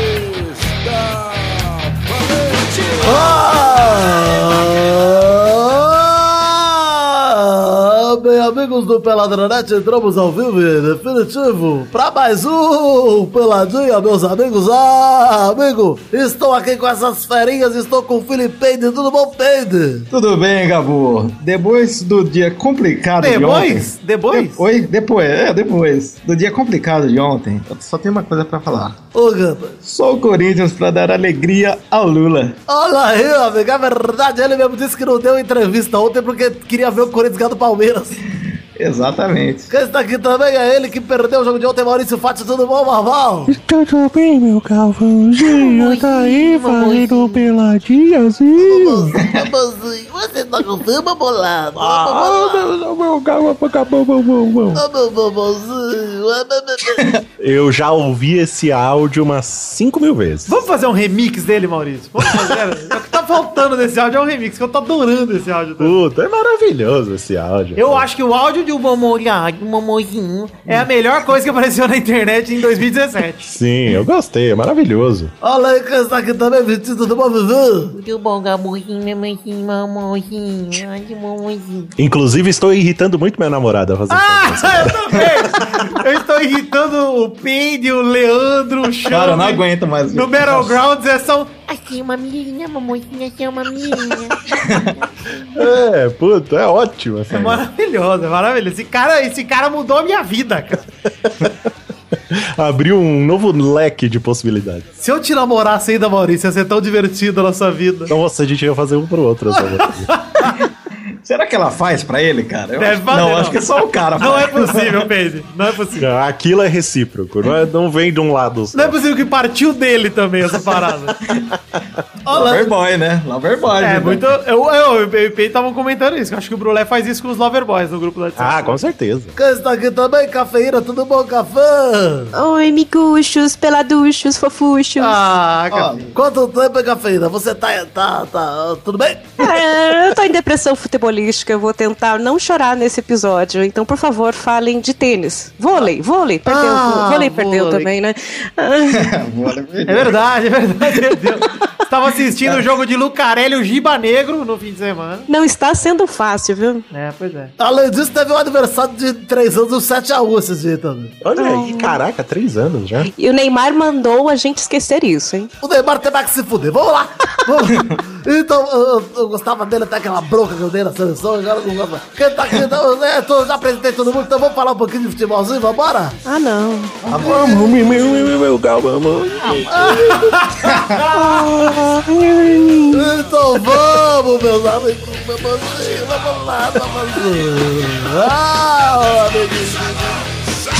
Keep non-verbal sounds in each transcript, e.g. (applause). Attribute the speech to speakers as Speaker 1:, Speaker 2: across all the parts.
Speaker 1: Está valente!
Speaker 2: Ah, Bem, amigos do Peladronete, entramos ao vivo e definitivo para mais um Peladinha, meus amigos. Ah, amigo, estou aqui com essas ferinhas, estou com o Felipe Peide, tudo bom, Peide?
Speaker 3: Tudo bem, Gabo? Depois do dia complicado
Speaker 4: Depois?
Speaker 3: de ontem.
Speaker 4: Depois?
Speaker 3: Oi, depois, é, depois. Do dia complicado de ontem, eu só tenho uma coisa pra falar.
Speaker 2: Ô, Gamba,
Speaker 3: Só o Corinthians pra dar alegria ao Lula.
Speaker 2: olha aí, amigo, é verdade, ele mesmo disse que não deu entrevista ontem porque queria ver o Corinthians ganhar do Palmeiras.
Speaker 3: Exatamente.
Speaker 2: Quem está aqui também é ele que perdeu o jogo de ontem, Maurício Fátio, tudo bom, Marval?
Speaker 5: Tá Tudo bem, meu Galvãozinho? Tá aí fazendo peladinhazinho?
Speaker 2: Babuzinho, você tá com fama, bolado?
Speaker 5: Ah, meu, meu, meu, Galvão, acabou, meu, meu, meu.
Speaker 2: Ah, meu bobozinho, ah, meu, meu, meu.
Speaker 6: Eu já ouvi esse áudio umas 5 mil vezes.
Speaker 4: Vamos fazer um remix dele, Maurício? Vamos fazer. o que tá faltando nesse áudio é um remix, que eu tô adorando esse áudio. também.
Speaker 6: Puta, é maravilhoso esse áudio.
Speaker 4: Eu acho que o áudio de um mamoriado, um mamorzinho, é a melhor coisa que apareceu na internet em 2017.
Speaker 6: Sim, eu gostei, é maravilhoso.
Speaker 2: (laughs) Olha aí quem está aqui também, Vitinho, tudo bom, Vivi?
Speaker 7: Muito bom, Gabuzinho, mamãezinho, um mamãozinho, ai, que mamãozinho.
Speaker 6: Inclusive, estou irritando muito minha namorada fazendo
Speaker 4: Ah,
Speaker 6: isso.
Speaker 4: (laughs) eu também! Eu estou irritando o Peide, o Leandro, o Chão.
Speaker 3: Cara, eu não aguento mais.
Speaker 4: No Battlegrounds é só. um-
Speaker 7: Achei uma menininha, mamãozinho, achei uma menininha.
Speaker 6: É, puta, é ótimo essa
Speaker 4: É
Speaker 6: música.
Speaker 4: maravilhoso, é maravilhoso. Esse cara, esse cara mudou a minha vida, cara.
Speaker 6: (laughs) Abriu um novo leque de possibilidades.
Speaker 4: Se eu te namorasse ainda, Maurício, ia ser tão divertido na sua vida.
Speaker 6: Nossa, a gente ia fazer um pro outro essa
Speaker 4: (laughs)
Speaker 6: música.
Speaker 3: Será que ela faz pra ele, cara? Eu
Speaker 4: Deve
Speaker 3: acho-
Speaker 4: fazer,
Speaker 3: não,
Speaker 4: não.
Speaker 3: acho que é só o cara.
Speaker 4: Não é
Speaker 3: faz. (laughs)
Speaker 4: possível, Peide. Não é possível.
Speaker 6: Aquilo é recíproco, não, é- não vem de um lado só.
Speaker 4: Não é possível que partiu dele também essa (laughs) parada. Olha,
Speaker 3: Loverboy, né? Loverboy.
Speaker 4: é
Speaker 3: né?
Speaker 4: muito.
Speaker 3: (laughs)
Speaker 4: Eu, eu, eu e o Pei estavam comentando isso. que Eu acho que o Brulé faz isso com os Loverboys no grupo da
Speaker 6: Ah, com certeza.
Speaker 2: Quem está tá aqui também, Cafeína, tudo bom, Café?
Speaker 8: Oi, miguxos, peladuchos, fofuchos.
Speaker 4: Ah, cara.
Speaker 3: Ó,
Speaker 2: Quanto tempo, hein, Cafeína? Você tá, tá, tá, tudo bem?
Speaker 8: Ah, eu tô em depressão futebolística, eu vou tentar não chorar nesse episódio. Então, por favor, falem de tênis. Vôlei, vôlei, perdeu.
Speaker 4: Ah,
Speaker 8: vôlei perdeu
Speaker 4: vôlei.
Speaker 8: também, né? Ah,
Speaker 4: É verdade, é verdade, meu Deus. Estava assistindo o jogo de Lucarelli e o Giba Negro no fim de semana.
Speaker 8: não está sendo fácil, viu?
Speaker 4: É, pois é.
Speaker 2: Além disso, teve um aniversário de 3 anos, um 7x1 esses dias também.
Speaker 6: Olha aí, caraca, três anos já.
Speaker 8: E o Neymar mandou a gente esquecer isso, hein?
Speaker 2: O Neymar tem mais que se fuder, vamos lá! Vamos lá. Então, eu, eu- eu gostava dele até aquela bronca que eu dei na seleção, agora eu não gosto mais. Quem tá aqui, então, né, tô- já apresentei todo mundo, então vamos falar um pouquinho de futebolzinho, vambora?
Speaker 8: Ah, não.
Speaker 6: Meu, meu, meu, meu, meu, calma, mano.
Speaker 2: Então vamos, meus amigos, vamos lá, vamos lá, vamos lá. Ah, amiguinhos.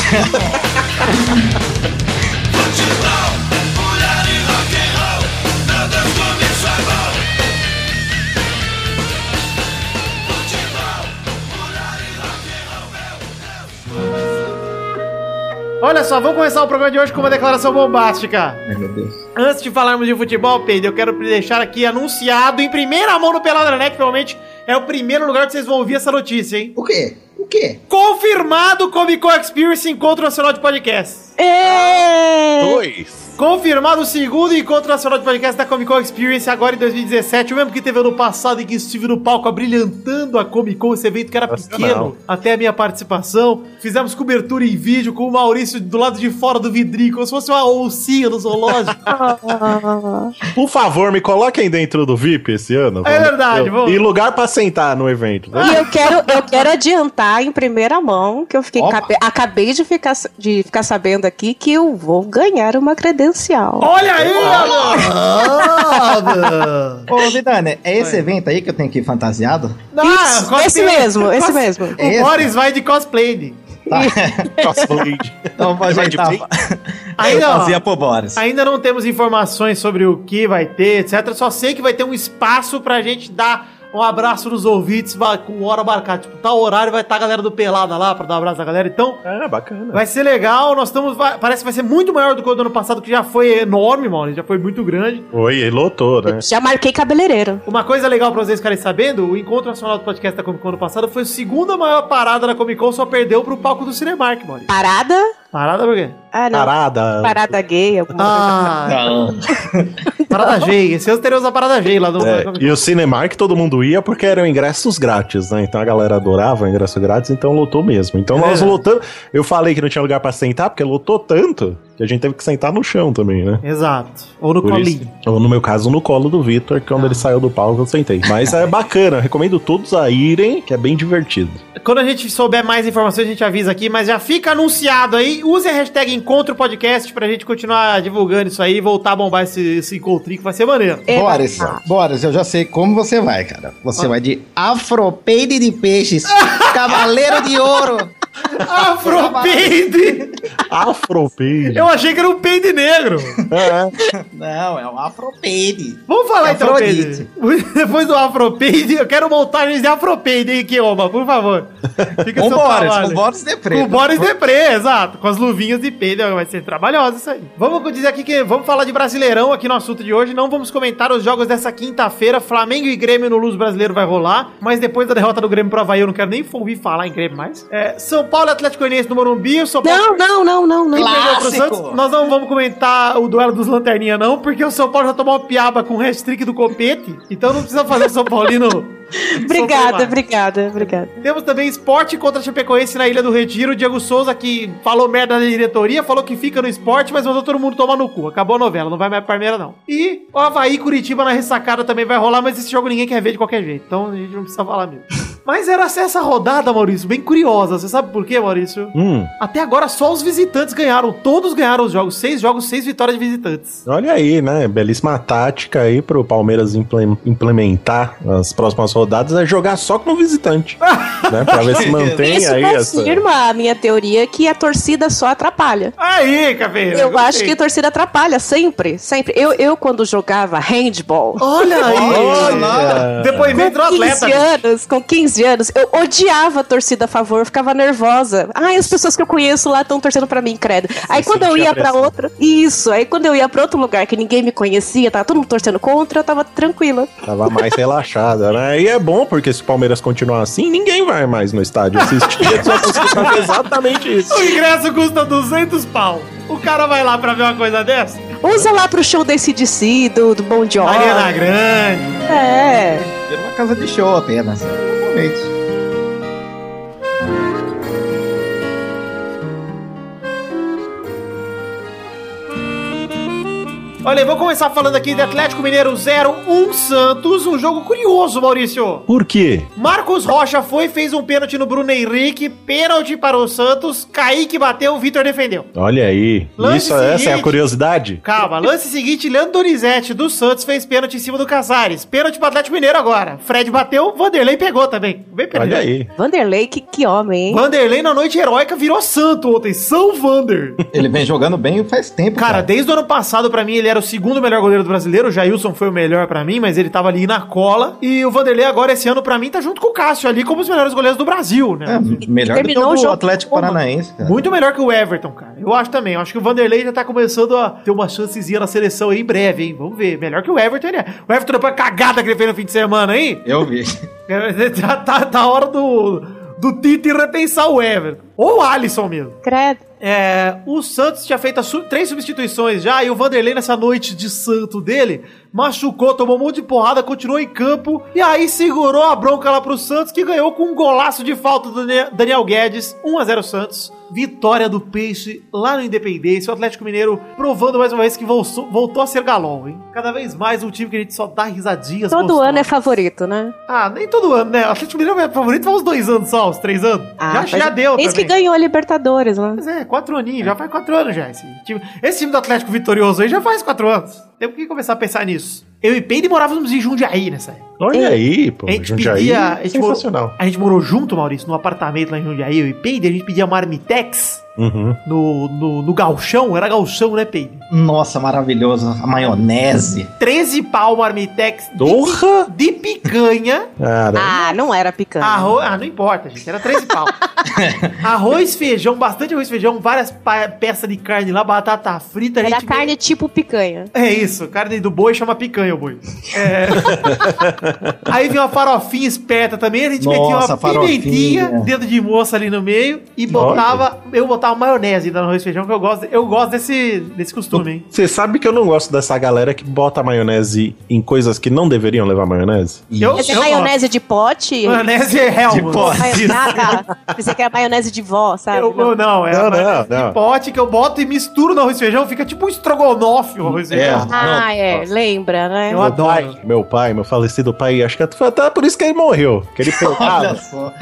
Speaker 4: Olha só, vamos começar o programa de hoje com uma declaração bombástica.
Speaker 3: Ai, meu Deus.
Speaker 4: Antes de falarmos de futebol, Pedro, eu quero deixar aqui anunciado em primeira mão no Peladranet, que provavelmente é o primeiro lugar que vocês vão ouvir essa notícia, hein?
Speaker 3: O quê? O quê?
Speaker 4: Confirmado o Comic Con Experience Encontro Nacional de Podcast.
Speaker 8: É...
Speaker 6: Dois.
Speaker 4: Confirmado o segundo Encontro Nacional de Podcast da Comic Con Experience agora em 2017, o mesmo que teve ano passado em que estive no palco abrilhantando a Comic Con, esse evento que era
Speaker 6: Nacional.
Speaker 4: pequeno, até a minha participação. Fizemos cobertura em vídeo com o Maurício do lado de fora do vidrinho, como se fosse uma oncinha do zoológico.
Speaker 8: Ah,
Speaker 6: Por favor, me coloquem dentro do VIP esse ano.
Speaker 4: É verdade,
Speaker 6: Eu-
Speaker 4: vamos.
Speaker 6: E lugar pra sentar no evento.
Speaker 8: E eu quero, eu quero adiantar em primeira mão que eu fiquei
Speaker 3: Opa.
Speaker 8: cabe- acabei de ficar, de ficar sabendo aqui que eu vou ganhar uma credencial.
Speaker 4: Olha aí, amor!
Speaker 2: Ah, meu.
Speaker 3: Ô, Vidane, é esse evento aí que eu tenho que ir fantasiado?
Speaker 2: Ah,
Speaker 8: Isso,
Speaker 4: cosplay-
Speaker 8: esse mesmo, esse
Speaker 4: cos-
Speaker 8: mesmo.
Speaker 4: O
Speaker 3: Esse?
Speaker 4: Boris vai de
Speaker 2: né?
Speaker 4: cosplay.
Speaker 3: Tá.
Speaker 4: (laughs)
Speaker 6: (laughs) Cosplay.
Speaker 3: Então vou
Speaker 6: Vai de
Speaker 3: ajeitar.
Speaker 6: play?
Speaker 3: É, Eu
Speaker 4: Ainda,
Speaker 3: fazia
Speaker 4: ó,
Speaker 3: pro Boris.
Speaker 4: ainda não temos informações sobre o que vai ter, etc. Só sei que vai ter um espaço pra gente dar
Speaker 2: Um abraço nos ouvintes, vai com hora marcada. Tipo, tal horário vai estar a galera do Pelada lá pra dar um abraço na galera. Então,
Speaker 6: Ah, bacana.
Speaker 2: Vai ser legal, nós estamos. vai- parece que vai ser muito maior do que o do ano passado, que já foi enorme, mano. Já foi muito grande.
Speaker 6: Oi, ele lotou, né?
Speaker 8: Já marquei cabeleireiro.
Speaker 2: Uma coisa legal pra vocês ficarem sabendo: o Encontro Nacional do Podcast da Comic Con ano passado foi a segunda maior parada da Comic Con, só perdeu pro palco do Cinemark, mano.
Speaker 8: Parada?
Speaker 2: Parada por quê?
Speaker 8: Ah, não.
Speaker 6: Parada.
Speaker 8: Parada gay, alguma
Speaker 2: Ah,
Speaker 3: Não.
Speaker 2: parada G. Esse ano teremos a parada G lá no.
Speaker 6: É,
Speaker 2: Comic Con.
Speaker 6: e o Cinemark todo mundo ia porque eram ingressos grátis, né? Então a galera adorava ingresso grátis, então lotou mesmo. Então nós
Speaker 2: É.
Speaker 6: lotamos. Eu falei que não tinha lugar pra sentar porque lotou tanto que a gente teve que sentar no chão também, né?
Speaker 2: Exato. Ou no
Speaker 6: Por isso-
Speaker 2: colinho.
Speaker 6: ou no meu caso, no colo do Vitor, que quando ele saiu do palco eu sentei. Mas é bacana, eu recomendo todos a irem, que é bem divertido.
Speaker 2: Quando a gente souber mais informações, a gente avisa aqui, mas já fica anunciado aí. Use a hashtag Encontro Podcast pra gente continuar divulgando isso aí e voltar a bombar esse, esse encontrinho que vai ser maneiro.
Speaker 8: É,
Speaker 3: Boris, Boris, eu já sei como você vai, cara. Você vai de afropeide de peixes, cavaleiro de ouro.
Speaker 2: Afropeide!
Speaker 6: Afropeide.
Speaker 2: Eu achei que era um peide negro.
Speaker 6: É,
Speaker 3: Não, é um afropeide.
Speaker 2: Vamos falar então,
Speaker 3: Afrodite.
Speaker 2: Peide. (laughs) Depois do Afropeide, eu quero montagens de Afropeide, hein, Kioma, por
Speaker 6: (laughs)
Speaker 2: favor. Fica
Speaker 3: Com
Speaker 2: seu
Speaker 3: Boris,
Speaker 2: trabalho.
Speaker 3: com Boris de
Speaker 2: Com
Speaker 3: preto.
Speaker 2: o Boris Depré, exato. Com as luvinhas de pele, vai ser trabalhosa isso aí. Vamos dizer aqui que vamos falar de Brasileirão aqui no assunto de hoje. Não vamos comentar os jogos dessa quinta-feira. Flamengo e Grêmio no Luz Brasileiro vai rolar. Mas depois da derrota do Grêmio pro Havaí, eu não quero nem ouvir falar em Grêmio mais. É, São Paulo e Atlético Goianiense no Morumbi. O São Paulo
Speaker 8: Não, não, não, não, não.
Speaker 3: Claro.
Speaker 2: perdeu pro
Speaker 3: Clássico.
Speaker 2: Santos. Nós não vamos comentar o duelo dos lanterninhas, não, porque o São Paulo já tomou uma piaba com o hat-trick do Copete. Então não precisa fazer o São Paulino
Speaker 8: (laughs) Obrigada,
Speaker 2: Sou
Speaker 8: obrigada, obrigada.
Speaker 2: Temos também esporte contra Chapecoense na Ilha do Retiro. Diego Souza, que falou merda na diretoria, falou que fica no esporte, mas mandou todo mundo tomar no cu. Acabou a novela, não vai mais pra Palmeira, não. E o Havaí e Curitiba na ressacada também vai rolar, mas esse jogo ninguém quer ver de qualquer jeito. Então a gente não precisa falar mesmo. Mas era essa- essa rodada, Maurício, bem curiosa. Você sabe por quê, Maurício?
Speaker 6: hum,
Speaker 2: Até agora só os visitantes ganharam. Todos ganharam os jogos. Seis jogos, seis vitórias de visitantes.
Speaker 6: olha aí, né? Belíssima tática aí pro Palmeiras imple- implementar as próximas rodadas é jogar só com o visitante. né? Pra ver
Speaker 2: (laughs)
Speaker 6: se mantém
Speaker 8: Isso tá
Speaker 6: aí essa.
Speaker 8: confirma a minha teoria é que a torcida só atrapalha.
Speaker 2: Aí, cabelo.
Speaker 8: Eu acho que a torcida atrapalha sempre, sempre. Eu, eu quando jogava handball,
Speaker 2: Olha
Speaker 8: (laughs)
Speaker 2: aí!
Speaker 6: Olha!
Speaker 2: Depoimento do
Speaker 8: com 15
Speaker 2: atleta.
Speaker 8: anos, com 15 anos, eu odiava a torcida a favor, eu ficava nervosa. Ai, as pessoas que eu conheço lá estão torcendo pra mim, credo. aí quando eu
Speaker 6: sentia
Speaker 8: ia
Speaker 6: a
Speaker 8: pra
Speaker 6: pressão.
Speaker 8: outra, isso, aí quando eu ia pra outro lugar que ninguém me conhecia, tava todo mundo torcendo contra, eu tava tranquila.
Speaker 6: Tava mais relaxada, né? E é bom, porque se o Palmeiras continuar assim, ninguém vai mais no estádio assistir. Eles vão conseguir fazer exatamente isso.
Speaker 2: O ingresso custa 200 pau. O cara vai lá pra ver uma coisa dessa?
Speaker 8: Usa lá pro show desse DC, do, do Bon Jovi.
Speaker 2: Arena Grande.
Speaker 8: É.
Speaker 3: Era uma casa de show apenas. Realmente.
Speaker 2: Olha, eu vou começar falando aqui de Atlético Mineiro 0, 1 Santos. Um jogo curioso, Maurício.
Speaker 6: Por quê?
Speaker 2: Marcos Rocha foi e fez um pênalti no Bruno Henrique. Pênalti para o Santos. Kaique bateu, o Vitor defendeu.
Speaker 6: Olha aí.
Speaker 2: Lance
Speaker 6: isso, essa é
Speaker 2: seguinte.
Speaker 6: a curiosidade?
Speaker 2: Calma,
Speaker 6: (laughs)
Speaker 2: lance seguinte, Leandro Donizete do Santos fez pênalti em cima do Casares. Pênalti pro Atlético Mineiro agora. Fred bateu, Vanderlei pegou também. Bem pênalti.
Speaker 6: Olha aí.
Speaker 8: Vanderlei, que, que homem, hein?
Speaker 2: Vanderlei na noite heróica virou santo ontem. São Vander.
Speaker 3: Ele vem jogando bem faz tempo.
Speaker 2: Cara, desde o ano passado, pra mim, ele era o segundo melhor goleiro do brasileiro. O Jailson foi o melhor pra mim, mas ele tava ali na cola. E o Vanderlei agora, esse ano, pra mim, tá junto com o Cássio ali como os melhores goleiros do Brasil, né?
Speaker 3: É, melhor
Speaker 8: Terminou
Speaker 3: do
Speaker 8: o
Speaker 3: que o,
Speaker 8: jogo.
Speaker 3: Atlético
Speaker 2: Pô, mano.
Speaker 3: Paranaense, cara.
Speaker 2: Muito melhor que o Everton, cara. Eu acho também. Eu acho que o Vanderlei já tá começando a ter uma chancezinha na seleção aí em breve, hein? Vamos ver. Melhor que o Everton ele é. O Everton depois da cagada que ele fez no fim de semana aí.
Speaker 3: Eu vi.
Speaker 2: (laughs) Já tá, tá a hora do, do Tite repensar o Everton. Ou o Alisson mesmo.
Speaker 8: Credo.
Speaker 2: É, o Santos tinha feito as su- três substituições já, e o Vanderlei, nessa noite de santo dele, machucou, tomou um monte de porrada, continuou em campo, e aí segurou a bronca lá pro Santos, que ganhou com um golaço de falta do Daniel- Daniel Guedes, 1x0 Santos. Vitória do Peixe lá no Independência, o Atlético Mineiro provando mais uma vez que vol- voltou a ser galão, hein? Cada vez mais um time que a gente só dá risadinhas.
Speaker 8: Todo ano é
Speaker 2: favorito.
Speaker 8: favorito, né?
Speaker 2: Ah, nem todo ano, né? O Atlético Mineiro é favorito faz uns dois anos só, uns três anos.
Speaker 8: Ah,
Speaker 2: já,
Speaker 8: mas
Speaker 2: já deu
Speaker 8: Desde que
Speaker 2: também.
Speaker 8: ganhou a Libertadores lá.
Speaker 2: Mas é, quatro aninhos, já faz quatro anos já. Esse time, esse time do Atlético vitorioso aí já faz quatro anos. Tem que começar a pensar nisso. Eu e Peide morávamos em Jundiaí nessa época.
Speaker 6: Olha
Speaker 8: É.
Speaker 6: aí, pô.
Speaker 2: A gente
Speaker 6: Jundiaí,
Speaker 2: pedia- a gente
Speaker 6: sensacional.
Speaker 2: A gente morou junto, Maurício, num apartamento lá em Jundiaí, eu e Peide, a gente pedia marmitex.
Speaker 6: Uhum.
Speaker 2: no, no, no galchão, era galchão, né, Peide?
Speaker 3: Nossa, maravilhoso. A maionese.
Speaker 2: 13 pau marmitex de,
Speaker 6: Porra!
Speaker 2: de picanha.
Speaker 6: Cara,
Speaker 8: Ah, não era picanha.
Speaker 2: Arroz, ah, não importa, gente. Era 13
Speaker 6: (laughs)
Speaker 2: pau. arroz, feijão, bastante arroz, feijão, várias pa- peças de carne lá, batata frita. a
Speaker 9: Era
Speaker 2: gente-
Speaker 9: carne tipo picanha.
Speaker 2: É isso, carne do boi chama picanha o boi.
Speaker 3: (laughs)
Speaker 2: É. Aí vinha uma farofinha esperta também, a gente
Speaker 3: Nossa,
Speaker 2: metia uma pimentinha,
Speaker 3: farofinha.
Speaker 2: dedo de moça ali no meio e botava, eu botava maionese ainda no arroz e feijão, que eu gosto, eu gosto desse, desse costume, hein.
Speaker 6: você sabe que eu não gosto dessa galera que bota maionese em coisas que não deveriam levar maionese?
Speaker 2: Eu,
Speaker 8: Mas é
Speaker 2: eu gosto.
Speaker 8: maionese de pote?
Speaker 2: Maionese é Hellmann's.
Speaker 8: Maio- Ah,
Speaker 2: (laughs)
Speaker 8: tá. Pensei que era maionese de vó, sabe?
Speaker 2: Eu, eu, não, é
Speaker 6: Não,
Speaker 2: uma
Speaker 6: não,
Speaker 2: maionese
Speaker 6: não.
Speaker 2: de pote que eu boto e misturo no arroz e feijão, fica tipo um estrogonofe o arroz e feijão.
Speaker 9: Ah, é.
Speaker 8: Lembra, né?
Speaker 2: Eu adoro.
Speaker 6: Pai, meu pai, meu falecido pai, acho que foi até por isso que ele morreu.
Speaker 2: (laughs)
Speaker 6: Que ele
Speaker 3: Olha
Speaker 6: pegava,
Speaker 3: só.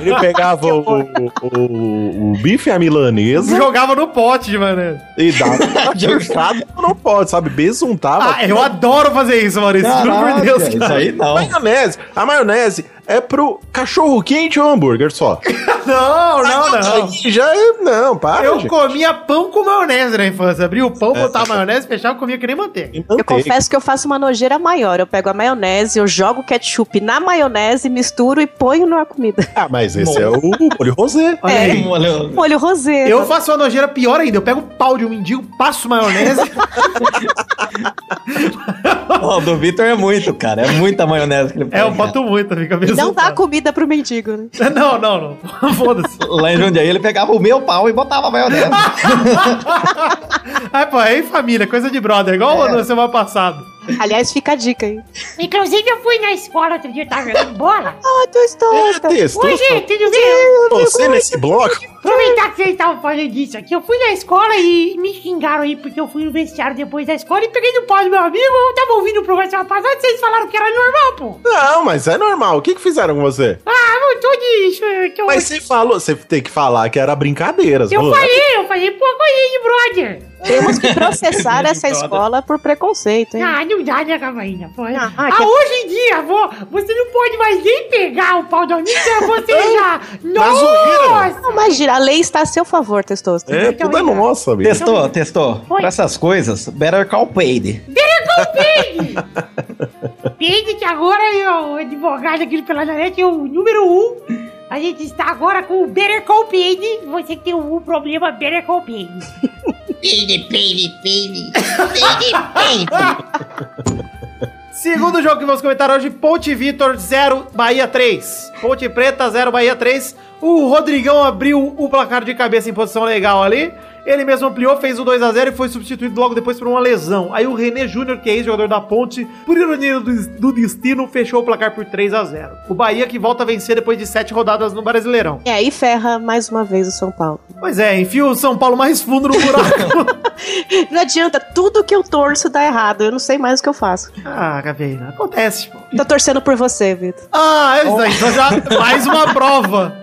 Speaker 6: ele pegava o, o- o bife à
Speaker 2: (laughs)
Speaker 6: milanesa
Speaker 2: Jogava no pote de maionese.
Speaker 6: e dava chuchado, não pode, sabe? Besuntava.
Speaker 2: Ah, eu adoro fazer isso, Maurício. Juro por
Speaker 3: Caraca,
Speaker 2: Deus.
Speaker 3: isso
Speaker 2: cara.
Speaker 3: aí não.
Speaker 6: Maionese. A maionese é pro cachorro quente ou hambúrguer só.
Speaker 2: (laughs) Não, (laughs) não, não.
Speaker 6: Isso aí Já é- não, para.
Speaker 2: Eu
Speaker 6: gente.
Speaker 2: comia pão com maionese na infância. Abria o pão, botava maionese, fechava, comia que nem manteiga.
Speaker 6: Tem
Speaker 8: Eu
Speaker 6: manteiga.
Speaker 8: confesso que eu faço uma nojeira maior. Eu pego a maionese, eu jogo ketchup na maionese, misturo e ponho na comida. (laughs)
Speaker 6: Ah, mas esse é o molho rosé.
Speaker 8: É.
Speaker 2: aí.
Speaker 3: Olha,
Speaker 8: Molho rosé.
Speaker 2: Eu faço uma nojeira pior ainda. Eu pego o pau de um mendigo, passo maionese.
Speaker 3: ó, o do Vitor é muito, cara. É muita maionese que ele
Speaker 2: é, eu
Speaker 3: pega.
Speaker 2: boto muito, fica
Speaker 8: E
Speaker 2: mesmo.
Speaker 8: não tá dá comida pro mendigo, né?
Speaker 2: (laughs) Não, não, não. (laughs) Foda-se.
Speaker 3: Lá em Jundiaí ele pegava o meu pau e botava a maionese.
Speaker 2: Aí, pô, aí família, coisa de brother. Igual
Speaker 3: É.
Speaker 2: na semana passada.
Speaker 8: Aliás, fica a dica aí.
Speaker 9: (laughs) Inclusive, eu fui na escola outro dia, tava jogando bola.
Speaker 8: Ah,
Speaker 2: (laughs)
Speaker 8: tô
Speaker 6: É,
Speaker 2: tá.
Speaker 8: estourada.
Speaker 6: texto.
Speaker 9: Oi, gente, tudo bem?
Speaker 6: Você nesse bloco?
Speaker 9: Aproveitar que vocês estavam falando disso aqui, eu fui na escola e me xingaram aí porque eu fui no vestiário depois da escola e peguei no pau do meu amigo. Eu tava ouvindo o programa passado e vocês falaram que era normal, pô.
Speaker 6: Não, mas é normal. O que, que fizeram com você?
Speaker 9: Ah, muito disso. Que eu,
Speaker 6: Mas você falou, você tem que falar que era brincadeira. você
Speaker 9: eu
Speaker 6: falou,
Speaker 9: falei, eu falei, pô, coisinha de brother.
Speaker 8: Temos que processar essa escola por preconceito, hein?
Speaker 9: Ah, não dá, né, Cavainha? Pô. Ah,
Speaker 8: que-
Speaker 9: hoje em dia, vô, você não pode mais nem pegar o pau do amigo,
Speaker 6: (laughs)
Speaker 9: que você já.
Speaker 6: Na zoeira.
Speaker 9: Nossa!
Speaker 8: Não, imagina, a lei está a seu favor, Testoso.
Speaker 6: É, tudo é nosso, amigo.
Speaker 3: testou, testou.
Speaker 9: Oi.
Speaker 3: Pra essas coisas, Better Call Paid.
Speaker 9: Pig! Pig, que agora eu, advogado aqui do Peladonete, é o número um. A gente está agora com o Better Call Pig. Você que tem um problema, Better Call Pig.
Speaker 2: Segundo jogo que vamos comentar hoje, Ponte Vitor 0, Bahia 3. Ponte Preta 0, Bahia 3. O Rodrigão abriu o placar de cabeça em posição legal ali. Ele mesmo ampliou, fez o 2 a 0 e foi substituído logo depois por uma lesão. Aí o René Júnior, que é ex-jogador da Ponte, por ironia do, do destino, fechou o placar por 3 a 0 O Bahia que volta a vencer depois de 7 rodadas no Brasileirão.
Speaker 8: E aí ferra mais uma vez o São Paulo.
Speaker 2: Pois é, enfia o São Paulo mais fundo no buraco.
Speaker 8: Não adianta, tudo que eu torço dá errado. Eu não sei mais o que eu faço.
Speaker 2: ah, Gabeira, acontece, pô.
Speaker 8: Tô torcendo por você, Vitor.
Speaker 2: Ah, é isso aí. Então já mais uma prova.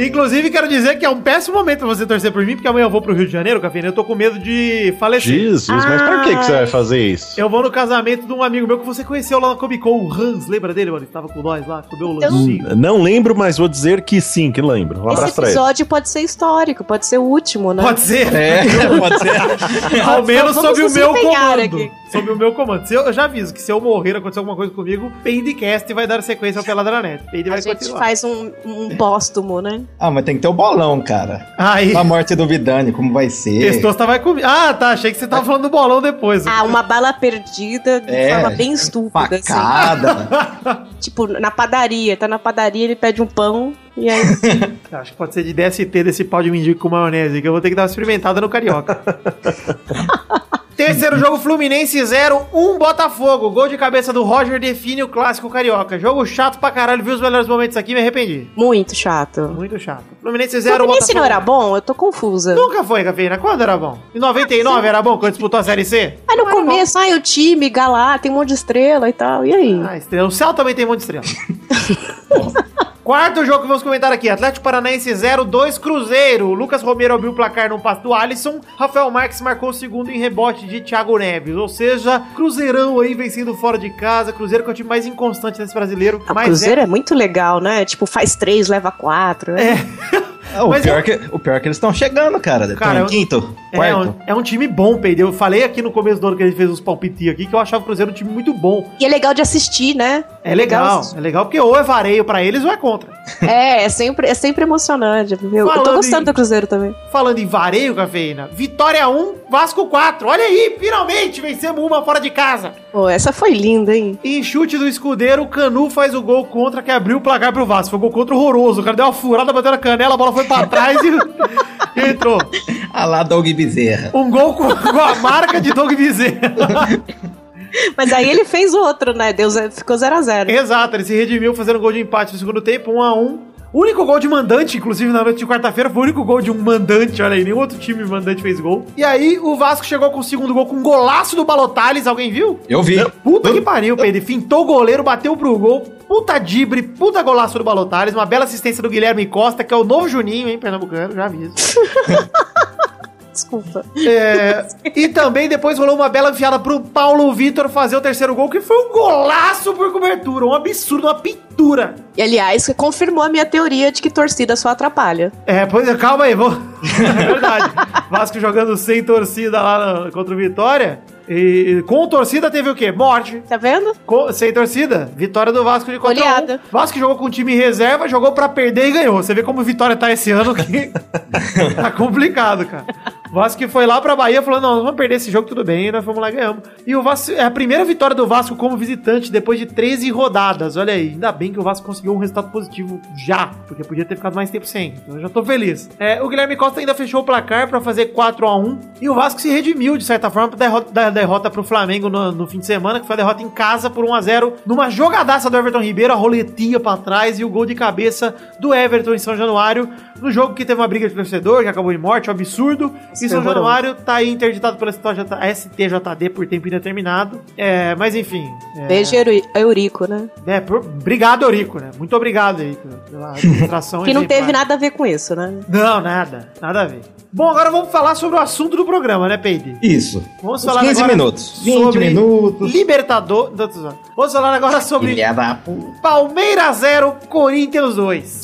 Speaker 2: Inclusive, quero dizer que é um péssimo momento pra você torcer por mim, porque amanhã eu vou pro Rio de Janeiro, Cafeína. Eu tô com medo de falecer.
Speaker 6: Jesus, mas pra que, que você vai fazer isso?
Speaker 2: Eu vou no casamento de um amigo meu que você conheceu lá na Comic Con, o Hans. Lembra dele, mano? Ele tava com nós lá, comeu um o
Speaker 6: Hum,
Speaker 2: lanchinho.
Speaker 6: Não lembro, mas vou dizer que sim, que lembro. Um abraço
Speaker 8: Esse
Speaker 6: pra ele.
Speaker 8: episódio pode ser histórico, pode ser o último, né?
Speaker 2: Pode ser.
Speaker 3: É, (laughs) pode ser.
Speaker 2: Ao menos
Speaker 8: Vamos
Speaker 2: sob o
Speaker 8: nos
Speaker 2: meu
Speaker 8: empenhar
Speaker 2: comando.
Speaker 8: aqui.
Speaker 2: Sob o meu comando. Se eu, eu já aviso que se eu morrer, acontecer alguma coisa comigo, Peidcast vai dar sequência ao Peladranet. Peide
Speaker 8: A
Speaker 2: vai
Speaker 8: gente
Speaker 2: continuar.
Speaker 8: faz um, um póstumo, né?
Speaker 3: Ah, mas tem que ter o bolão, cara.
Speaker 2: Aí,
Speaker 3: A morte do Vidani, como vai ser?
Speaker 2: Testosta vai comigo. Ah, tá. Achei que você tava falando do bolão depois.
Speaker 8: Ah, uma bala perdida de
Speaker 3: É,
Speaker 8: forma bem estúpida, assim.
Speaker 3: Facada.
Speaker 8: Tipo, na padaria. Tá na padaria, ele pede um pão
Speaker 6: (laughs)
Speaker 8: e aí...
Speaker 2: Acho que pode ser de DST desse pau de mendigo com maionese, que eu vou ter que dar uma experimentada no
Speaker 8: (laughs)
Speaker 2: carioca. Terceiro jogo, Fluminense 0, 1 Botafogo. Gol de cabeça do Roger define o clássico carioca. Jogo chato pra caralho, vi os melhores momentos aqui, me arrependi.
Speaker 8: Muito chato.
Speaker 2: Muito chato. Fluminense 0,
Speaker 8: Zero,
Speaker 2: Botafogo.
Speaker 8: não era bom? Eu tô confusa.
Speaker 2: Nunca foi, Cafeína. Quando era bom? Em 99 era bom, quando disputou a Série C?
Speaker 8: Aí no
Speaker 2: Não era bom.
Speaker 8: começo, ai, o time, galá, tem um monte de estrela e tal. E aí?
Speaker 2: Ah, estrela. O céu também tem um monte de estrela. Quarto jogo que vamos comentar aqui: Atlético Paranaense 0, 2 Cruzeiro. Lucas Romero abriu o placar num passe do Alisson. Rafael Marques marcou o segundo em rebote de Thiago Neves. Ou seja, Cruzeirão aí vencendo fora de casa. Cruzeiro que é o time mais inconstante desse brasileiro.
Speaker 8: Ah, o
Speaker 2: mas é-
Speaker 8: Cruzeiro é... muito legal, né? Tipo, faz três, leva quatro. né?
Speaker 2: É.
Speaker 3: o,
Speaker 2: Mas
Speaker 3: pior
Speaker 2: eu-
Speaker 3: que, o pior é que eles estão chegando, cara.
Speaker 2: Cara,
Speaker 3: Estão
Speaker 2: eu-
Speaker 3: em quinto,
Speaker 2: É
Speaker 3: quarto.
Speaker 2: um, é um time bom, Pedro. Eu falei aqui no começo do ano que a gente fez os palpitinhos aqui que eu achava o Cruzeiro um time muito bom.
Speaker 8: E é legal de assistir, né?
Speaker 2: É legal,
Speaker 8: assistir.
Speaker 2: é legal porque ou é vareio pra eles ou é contra.
Speaker 8: É, é sempre, é sempre emocionante. viu? Eu
Speaker 2: Falando
Speaker 8: tô gostando
Speaker 2: em-
Speaker 8: do Cruzeiro também.
Speaker 2: Falando em vareio, Cafeína, Vitória 1, Vasco 4. Olha aí, finalmente vencemos uma fora de casa.
Speaker 8: Pô, essa foi linda, hein?
Speaker 2: E em chute do escudeiro, o Canu faz o gol contra que abriu o placar pro Vasco. Foi um gol contra horroroso. O cara deu uma furada, bateu na canela, a bola foi pra trás e, e (laughs) entrou.
Speaker 3: Ah lá, Doug Bezerra.
Speaker 2: Um gol com, com a marca de Doug Bezerra.
Speaker 8: Mas aí ele fez outro, né? Deus ficou 0 a 0
Speaker 2: Exato, ele se redimiu fazendo gol de empate no segundo tempo, 1 a 1 O único gol de mandante, inclusive na noite de quarta-feira, foi o único gol de um mandante, olha aí, nenhum outro time mandante fez gol. E aí o Vasco chegou com o segundo gol com um golaço do Balotales, alguém viu?
Speaker 3: Eu vi.
Speaker 2: Puta que pariu, Pedro. Fintou o goleiro, bateu pro gol. Puta dibre, puta golaço do Balotales, uma bela assistência do Guilherme Costa, que é o novo Juninho, hein, pernambucano, já aviso.
Speaker 8: Desculpa.
Speaker 2: É, e também depois rolou uma bela enfiada pro Paulo Vitor fazer o terceiro gol, que foi um golaço por cobertura, um absurdo, uma pintura.
Speaker 8: E aliás, confirmou a minha teoria de que torcida só atrapalha.
Speaker 2: É, pois é, calma aí, (laughs) vou... é verdade. Vasco jogando sem torcida lá no- contra o Vitória. E e com torcida teve o quê? Morte.
Speaker 8: Tá vendo?
Speaker 2: Com- sem torcida, vitória do Vasco de contra
Speaker 8: Goleada.
Speaker 2: um. Vasco jogou com o time em reserva, jogou pra perder e ganhou. Você vê como o Vitória tá esse ano que tá complicado, cara. O Vasco que foi lá pra Bahia falou: não, nós vamos perder esse jogo, tudo bem, nós fomos lá e ganhamos. E o Vasco é a primeira vitória do Vasco como visitante depois de 13 rodadas. Olha aí, ainda bem que o Vasco conseguiu um resultado positivo já, porque podia ter ficado mais tempo sem. Então eu já tô feliz. É, o Guilherme Costa ainda fechou o placar pra fazer 4 a 1 e o Vasco se redimiu, de certa forma, da derrota, da derrota pro Flamengo no, no fim de semana, que foi a derrota em casa por 1 a 0 numa jogadaça do Everton Ribeiro, a roletinha pra trás e o gol de cabeça do Everton em São Januário, no jogo que teve uma briga de torcedor, que acabou em morte, um absurdo. E São
Speaker 8: horroroso.
Speaker 2: Januário tá aí interditado pela STJD por tempo indeterminado. É, mas enfim. é,
Speaker 8: Beijo, Euri- Eurico, né?
Speaker 2: né, por- obrigado, Eurico, né? Muito obrigado aí pela- (laughs) pela administração.
Speaker 8: Que não teve
Speaker 2: exemplar.
Speaker 8: nada a ver com isso, né?
Speaker 2: Não, nada. Nada a ver. Bom, agora vamos falar sobre o assunto do programa, né, Peide?
Speaker 3: Isso.
Speaker 2: Vamos
Speaker 3: Uns
Speaker 2: falar
Speaker 3: 15
Speaker 2: agora
Speaker 3: minutos. 20
Speaker 2: sobre
Speaker 3: minutos.
Speaker 2: Libertador. não, tô zoando. Vamos falar agora sobre
Speaker 3: Filha da puta.
Speaker 2: Palmeiras 0, Corinthians 2.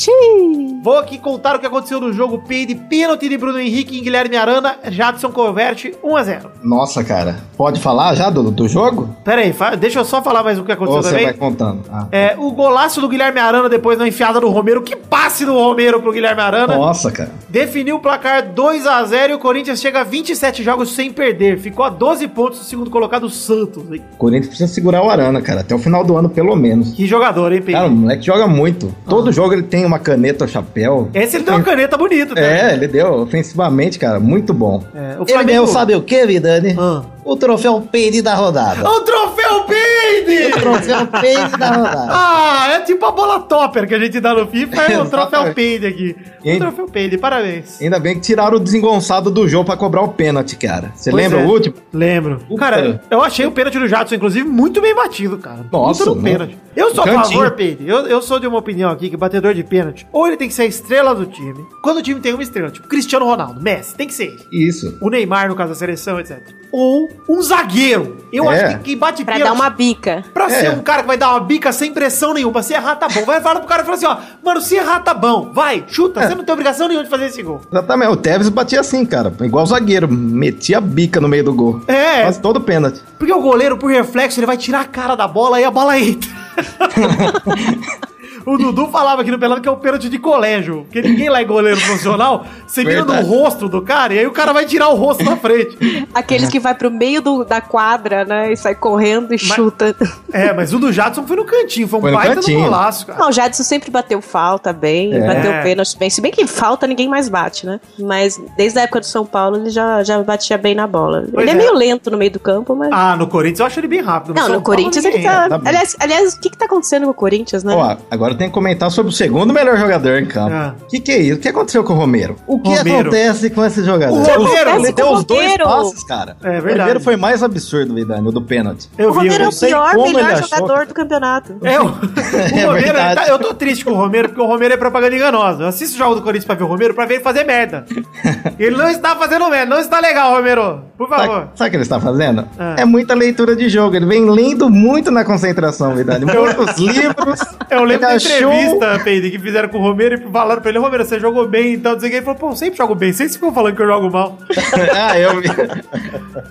Speaker 2: Vou aqui contar o que aconteceu no jogo Peide, pênalti de Bruno Henrique e Guilherme Arana, Jadson converte 1 a 0.
Speaker 3: Nossa, cara. Pode falar já do, do jogo?
Speaker 2: Pera aí, fa- deixa eu só falar mais o que aconteceu
Speaker 3: Ou você
Speaker 2: também.
Speaker 3: vai contando? Ah.
Speaker 2: tá É, o golaço do Guilherme Arana depois na enfiada do Romero, que passe do Romero pro Guilherme Arana.
Speaker 3: Nossa, cara.
Speaker 2: Definiu o placar 2 a 0 e o Corinthians chega a 27 jogos sem perder. Ficou a 12 pontos do segundo colocado, o Santos. hein?
Speaker 3: O Corinthians precisa segurar o Arana, cara. Até o final do ano, pelo menos.
Speaker 2: Que jogador, hein, Pedro?
Speaker 3: Cara, o moleque joga muito. Todo jogo ele tem uma caneta ou chapéu.
Speaker 2: Ah. Esse ele deu uma caneta bonita, né?
Speaker 3: É, ele deu ofensivamente, cara. Muito bom.
Speaker 2: É, o
Speaker 3: Ele ganhou, sabe o que, Vidani?
Speaker 2: Ah.
Speaker 3: O troféu Peide da rodada.
Speaker 2: O troféu
Speaker 3: O
Speaker 2: Peide!
Speaker 3: troféu Peide da rodada.
Speaker 2: Ah, é tipo a bola topper que a gente dá no FIFA, é o
Speaker 3: (laughs) Exatamente.
Speaker 2: troféu Peide aqui. O
Speaker 3: Hein?
Speaker 2: troféu Peide, parabéns.
Speaker 3: Ainda bem que tiraram o desengonçado do jogo pra cobrar o pênalti, cara. Você
Speaker 2: Pois
Speaker 3: lembra
Speaker 2: é.
Speaker 3: o último?
Speaker 2: Lembro.
Speaker 3: Puta.
Speaker 2: Cara, eu achei o pênalti do Jadson, inclusive, muito bem batido, cara.
Speaker 3: Nossa,
Speaker 2: Puta do
Speaker 3: né?
Speaker 2: pênalti. Eu sou a
Speaker 3: Cantinho.
Speaker 2: favor, Pedro. Eu, eu sou de uma opinião aqui que batedor de pênalti, ou ele tem que ser a estrela do time. Quando o time tem uma estrela, tipo Cristiano Ronaldo, Messi, tem que ser ele.
Speaker 3: Isso.
Speaker 2: O Neymar, no caso da seleção, etc. Ou um zagueiro. Eu
Speaker 3: É.
Speaker 2: acho que quem bate
Speaker 8: Pra
Speaker 2: pênalti.
Speaker 8: dar uma bica.
Speaker 2: Pra ser
Speaker 3: É.
Speaker 2: um cara que vai dar uma bica sem pressão nenhuma, se errar tá bom. Vai falar pro cara e falar assim, ó, mano, se errar tá bom, vai, chuta,
Speaker 3: É.
Speaker 2: você não tem obrigação nenhuma de fazer esse gol.
Speaker 3: Exatamente. O Tevez batia assim, cara. Igual zagueiro. Metia a bica no meio do gol.
Speaker 2: É.
Speaker 3: Quase todo pênalti.
Speaker 2: Porque o goleiro, por reflexo, ele vai tirar a cara da bola e a bola
Speaker 3: (laughs)
Speaker 2: entra. O Dudu falava aqui no Pelado que é um pênalti de colégio. Porque ninguém lá é goleiro profissional. Você mira no
Speaker 3: Verdade.
Speaker 2: rosto do cara e aí o cara vai tirar o rosto da frente.
Speaker 8: Aqueles que vai pro meio do- da quadra, né? E sai correndo e chuta. (laughs)
Speaker 2: É, mas o do Jadson foi no cantinho. Foi um
Speaker 3: Foi no
Speaker 2: baita do
Speaker 3: cantinho.
Speaker 2: golaço, cara.
Speaker 8: Não, o Jadson sempre bateu falta bem,
Speaker 3: É.
Speaker 8: bateu pênalti bem. Se bem que falta, ninguém mais bate, né? Mas desde a época do São Paulo, ele já, já batia bem na bola.
Speaker 2: Pois
Speaker 8: ele é.
Speaker 2: é.
Speaker 8: meio lento no meio do campo, mas...
Speaker 2: Ah, no Corinthians eu acho ele bem rápido.
Speaker 8: não,
Speaker 2: São
Speaker 8: no
Speaker 2: Paulo
Speaker 8: Corinthians ele
Speaker 2: ninguém
Speaker 8: tá...
Speaker 2: é.
Speaker 3: tá bem.
Speaker 8: aliás, aliás, o que que tá acontecendo com o Corinthians, né?
Speaker 3: Ó, agora tem que comentar sobre o segundo melhor jogador em campo.
Speaker 2: Ah.
Speaker 3: O que, que é isso? O que aconteceu com o Romero? O que
Speaker 2: Romero.
Speaker 3: acontece com esse
Speaker 2: O
Speaker 3: jogador?
Speaker 2: Romero,
Speaker 8: acontece
Speaker 2: ele
Speaker 8: com o Romero?
Speaker 3: cara.
Speaker 2: É verdade.
Speaker 3: O primeiro foi mais absurdo, Vidani, o do pênalti.
Speaker 2: Eu
Speaker 8: o
Speaker 2: vi,
Speaker 8: Romero
Speaker 2: eu
Speaker 8: é o
Speaker 2: sei
Speaker 8: pior,
Speaker 3: como
Speaker 8: melhor
Speaker 3: ele achou,
Speaker 8: jogador
Speaker 3: cara.
Speaker 8: do campeonato.
Speaker 2: É, o, o Romero,
Speaker 3: verdade.
Speaker 2: tá- eu tô triste com o Romero, porque o Romero é propaganda enganosa. Eu assisto o jogo do Corinthians pra ver o Romero, pra ver ele fazer merda. Ele não está fazendo merda, não está legal, Romero. Por favor.
Speaker 3: Sabe, sabe o que ele está fazendo?
Speaker 2: Ah.
Speaker 3: É
Speaker 2: É (laughs)
Speaker 3: muita leitura de jogo. Ele vem lendo muito na concentração, Vidani. Muitos livros.
Speaker 2: Eu lembro
Speaker 3: Ele
Speaker 2: de entrevista, Peide, que fizeram com o Romero e falaram pra ele, Romero, você jogou bem e tal, não sei o que. Ele falou, pô, eu sempre jogo bem, vocês ficam falando que eu jogo mal.
Speaker 3: (laughs) ah, eu vi.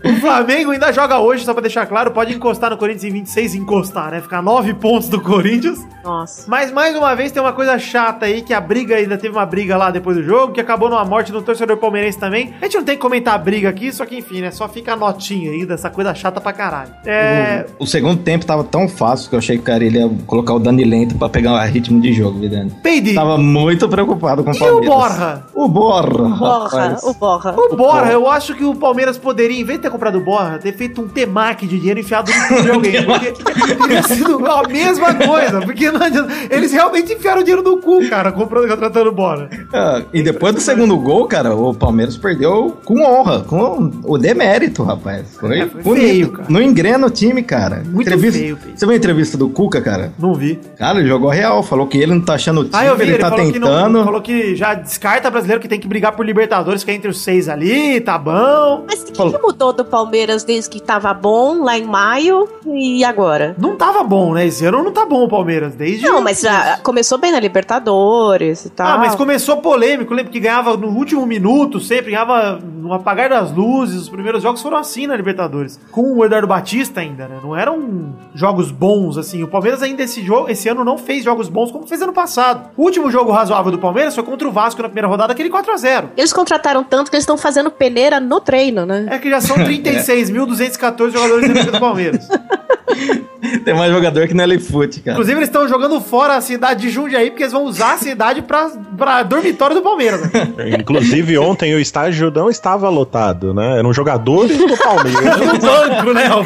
Speaker 2: O Flamengo ainda joga hoje, só pra deixar claro, pode encostar no Corinthians em 26, encostar, né? Ficar 9 pontos do Corinthians.
Speaker 8: Nossa.
Speaker 2: Mas mais uma vez tem uma coisa chata aí, que a briga ainda teve uma briga lá depois do jogo, que acabou numa morte do torcedor palmeirense também. A gente não tem que comentar a briga aqui, só que enfim, né? Só fica a notinha aí dessa coisa chata pra caralho. É.
Speaker 3: O segundo tempo tava tão fácil que eu achei que o cara ele ia colocar o Dani lento pra pegar o ritmo de jogo, Vidani.
Speaker 2: Peide,
Speaker 3: Tava muito preocupado com o
Speaker 2: e o
Speaker 3: Palmeiras.
Speaker 2: Borra?
Speaker 3: O Borra.
Speaker 8: Borra,
Speaker 3: rapaz.
Speaker 8: o Borra.
Speaker 2: O Borra, eu acho que o Palmeiras poderia, em vez de ter comprado o Borra, ter feito um temac de dinheiro enfiado no cu de alguém. Porque teria sido a mesma coisa. Porque não adianta. Eles realmente enfiaram dinheiro no cu, cara, comprando e contratando o Borra.
Speaker 3: Ah, e depois do segundo gol, cara, o Palmeiras perdeu com honra, com o demérito, rapaz. Foi,
Speaker 2: É, foi
Speaker 3: bonito.
Speaker 2: feio, cara.
Speaker 3: Não engrena o time, cara.
Speaker 2: Muito feio, feio.
Speaker 3: Você viu a entrevista do Cuca, cara?
Speaker 2: Não vi.
Speaker 3: Cara, ele jogou real, falou que ele não tá achando o time,
Speaker 2: Ah, eu vi,
Speaker 3: ele,
Speaker 2: ele,
Speaker 3: tá
Speaker 2: falou,
Speaker 3: tentando.
Speaker 2: que não- falou que já descarta brasileiro que tem que brigar por Libertadores, que é entre os seis ali, tá bom.
Speaker 8: Mas o que,
Speaker 3: Falou.
Speaker 8: que mudou do Palmeiras desde que tava bom lá em maio e agora?
Speaker 2: Não tava bom, né? Esse ano não tá bom o Palmeiras, desde...
Speaker 8: Não, mas já tá. começou bem na Libertadores e tal.
Speaker 2: Ah, mas começou polêmico. Lembro que ganhava no último minuto, sempre ganhava no apagar das luzes. Os primeiros jogos foram assim na Libertadores. Com o Eduardo Batista ainda, né? Não eram jogos bons, assim. O Palmeiras ainda esse, jogo, esse ano não fez jogos bons como fez ano passado. O último jogo razoável do Palmeiras foi contra o Vasco na primeira rodada, aquele 4x0.
Speaker 8: Eles contrataram tanto que eles estão fazendo peneira no treino, né?
Speaker 2: É que já são 36.214 jogadores da equipe do Palmeiras.
Speaker 3: Tem mais jogador que não é
Speaker 2: (laughs)
Speaker 3: Leifute, cara.
Speaker 2: Inclusive, eles estão jogando fora a cidade de Jundiaí, porque eles vão usar a cidade pra, pra dormitório do Palmeiras. né?
Speaker 6: Inclusive, ontem o estágio não estava lotado, né? Eram jogadores (laughs) do Palmeiras
Speaker 2: O É banco, né? O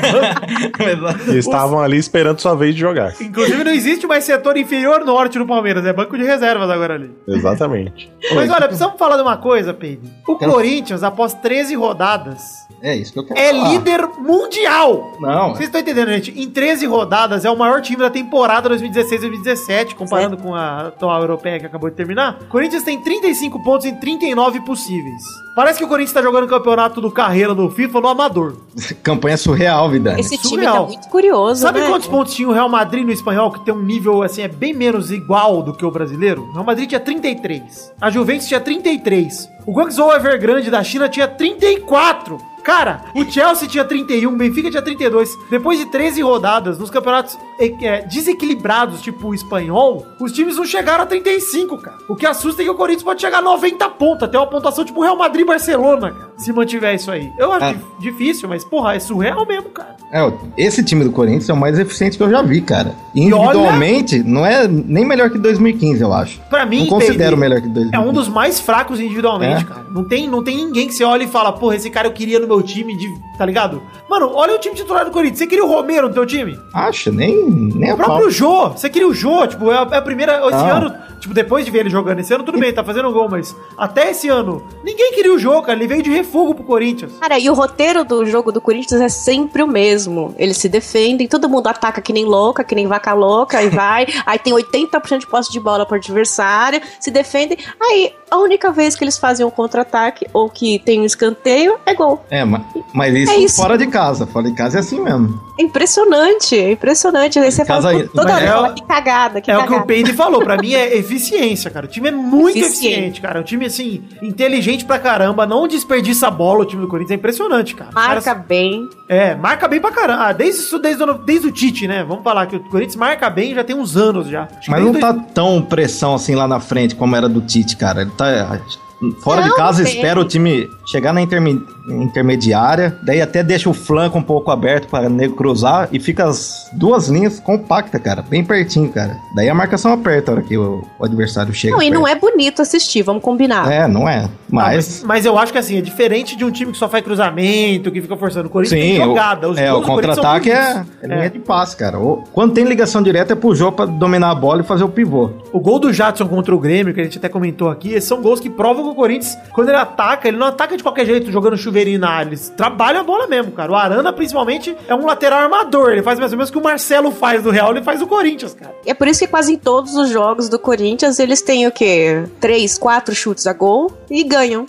Speaker 2: banco.
Speaker 6: que estavam ali esperando sua vez de jogar.
Speaker 2: Inclusive, não existe mais setor inferior norte no Palmeiras, é banco de reservas agora ali.
Speaker 6: Exatamente.
Speaker 2: Mas olha, precisamos falar de uma coisa, Pedro. O Corinthians, após 13 rodadas,
Speaker 3: É isso que eu quero
Speaker 2: é
Speaker 3: falar.
Speaker 2: líder mundial.
Speaker 3: Não, é
Speaker 2: Vocês estão entendendo, gente? Em 13 rodadas, é o maior time da temporada 2016-2017, comparando com a atual europeia que acabou de terminar. O Corinthians tem 35 pontos em 39 possíveis. Parece que o Corinthians tá jogando o campeonato do carreira do FIFA no amador.
Speaker 3: (laughs) campanha surreal, Vidani.
Speaker 8: Esse time
Speaker 2: É, surreal.
Speaker 8: tá muito curioso,
Speaker 2: Sabe
Speaker 8: né?
Speaker 2: quantos pontos tinha o Real Madrid no espanhol, que tem um nível, assim, é bem menos igual do que o brasileiro? O Real Madrid tinha 33. A Juventus tinha 33. O Guangzhou Evergrande da China tinha 34. Cara, o Chelsea tinha 31, o Benfica tinha 32. Depois de 13 rodadas, nos campeonatos eh, eh, desequilibrados, tipo o espanhol, os times não chegaram a 35, cara. O que assusta é que o Corinthians pode chegar a 90 pontos, até uma pontuação tipo Real Madrid e Barcelona, cara, se mantiver isso aí. Eu acho
Speaker 3: Ah.
Speaker 2: dif- difícil, mas, porra, é surreal mesmo, cara.
Speaker 3: É, ó, esse time do Corinthians é o mais eficiente que eu já vi, cara. Individualmente, não é nem melhor que 2015, eu acho.
Speaker 2: Pra mim,
Speaker 3: não considero
Speaker 2: Pedro,
Speaker 3: melhor que 2015.
Speaker 2: É um dos mais fracos individualmente,
Speaker 3: É.
Speaker 2: cara. Não tem, não tem ninguém que você olha e fala, porra, esse cara eu queria no meu time, de, tá ligado? Mano, olha o time titular do Corinthians. Você queria o Romero no teu time?
Speaker 3: Acho, nem, nem
Speaker 2: O
Speaker 3: a pau.
Speaker 2: próprio Jô. Você queria o Jô. Tipo, é a, é a primeira. Esse
Speaker 3: Ah.
Speaker 2: ano, tipo, depois de ver ele jogando, esse ano tudo bem, tá fazendo gol, mas até esse ano, ninguém queria o Jô, cara. Ele veio de refúgio pro Corinthians.
Speaker 8: Cara, e o roteiro do jogo do Corinthians é sempre o mesmo. Eles se defendem, todo mundo ataca que nem louca, que nem vaca louca, e
Speaker 2: (laughs)
Speaker 8: vai. Aí tem 80% de posse de bola pro adversário, se defendem. Aí a única vez que eles fazem um contra-ataque ou que tem um escanteio é gol.
Speaker 3: É, ma- mas isso,
Speaker 8: É isso.
Speaker 3: fora de casa. Fora de casa é assim mesmo.
Speaker 8: É impressionante, é impressionante. Aí você
Speaker 3: Casa
Speaker 8: fala
Speaker 3: aí,
Speaker 8: pô, toda
Speaker 2: mas
Speaker 8: hora,
Speaker 2: é-
Speaker 8: fala, que cagada, que
Speaker 2: é o que
Speaker 8: cagada.
Speaker 2: o Peide falou, pra mim é eficiência, cara. O time é muito eficiente.
Speaker 8: Eficiente.
Speaker 2: cara. O time, assim, inteligente pra caramba, não desperdiça a bola, o time do Corinthians. É impressionante, cara. Os
Speaker 8: Marca
Speaker 2: caras-
Speaker 8: bem.
Speaker 2: É, marca bem pra caramba. Ah, Desde, isso- desde, o- desde o Tite, né? Vamos falar que o Corinthians marca bem já tem uns anos já. Acho que
Speaker 3: Mas
Speaker 2: desde
Speaker 3: não
Speaker 2: dois-
Speaker 3: tá tão pressão assim lá na frente como era do Tite, cara. Ele tá. é, Fora
Speaker 8: Não,
Speaker 3: de casa,
Speaker 8: tem.
Speaker 3: espera o time chegar na interme- intermediária, daí até deixa o flanco um pouco aberto para nego cruzar e fica as duas linhas compacta, cara, bem pertinho, cara. Daí a marcação aperta a hora que o, o adversário chega.
Speaker 8: Não, e não é bonito assistir, vamos combinar.
Speaker 3: É, não é.
Speaker 2: Ah,
Speaker 3: Mas.
Speaker 2: mas eu acho que assim, é diferente de um time que só faz cruzamento, que fica forçando. O Corinthians
Speaker 3: Sim,
Speaker 2: tem
Speaker 3: o-
Speaker 2: jogada.
Speaker 3: é, o
Speaker 2: gols do Corinthians são
Speaker 3: contra-ataque é,
Speaker 2: bonitos.
Speaker 3: é linha de passe, cara. Ou- quando tem ligação direta é pro jogo pra dominar a bola e fazer o pivô.
Speaker 2: O gol do Jadson contra o Grêmio, que a gente até comentou aqui, esses são gols que provam que o Corinthians, quando ele ataca, ele não ataca de qualquer jeito, jogando chuveirinho na área. Eles trabalham a bola mesmo, cara. O Arana, principalmente, é um lateral armador. Ele faz mais ou menos o que o Marcelo faz do Real, ele faz do Corinthians, cara.
Speaker 8: É por isso que quase em todos os jogos do Corinthians eles têm o quê? Três, quatro chutes a gol e ganham.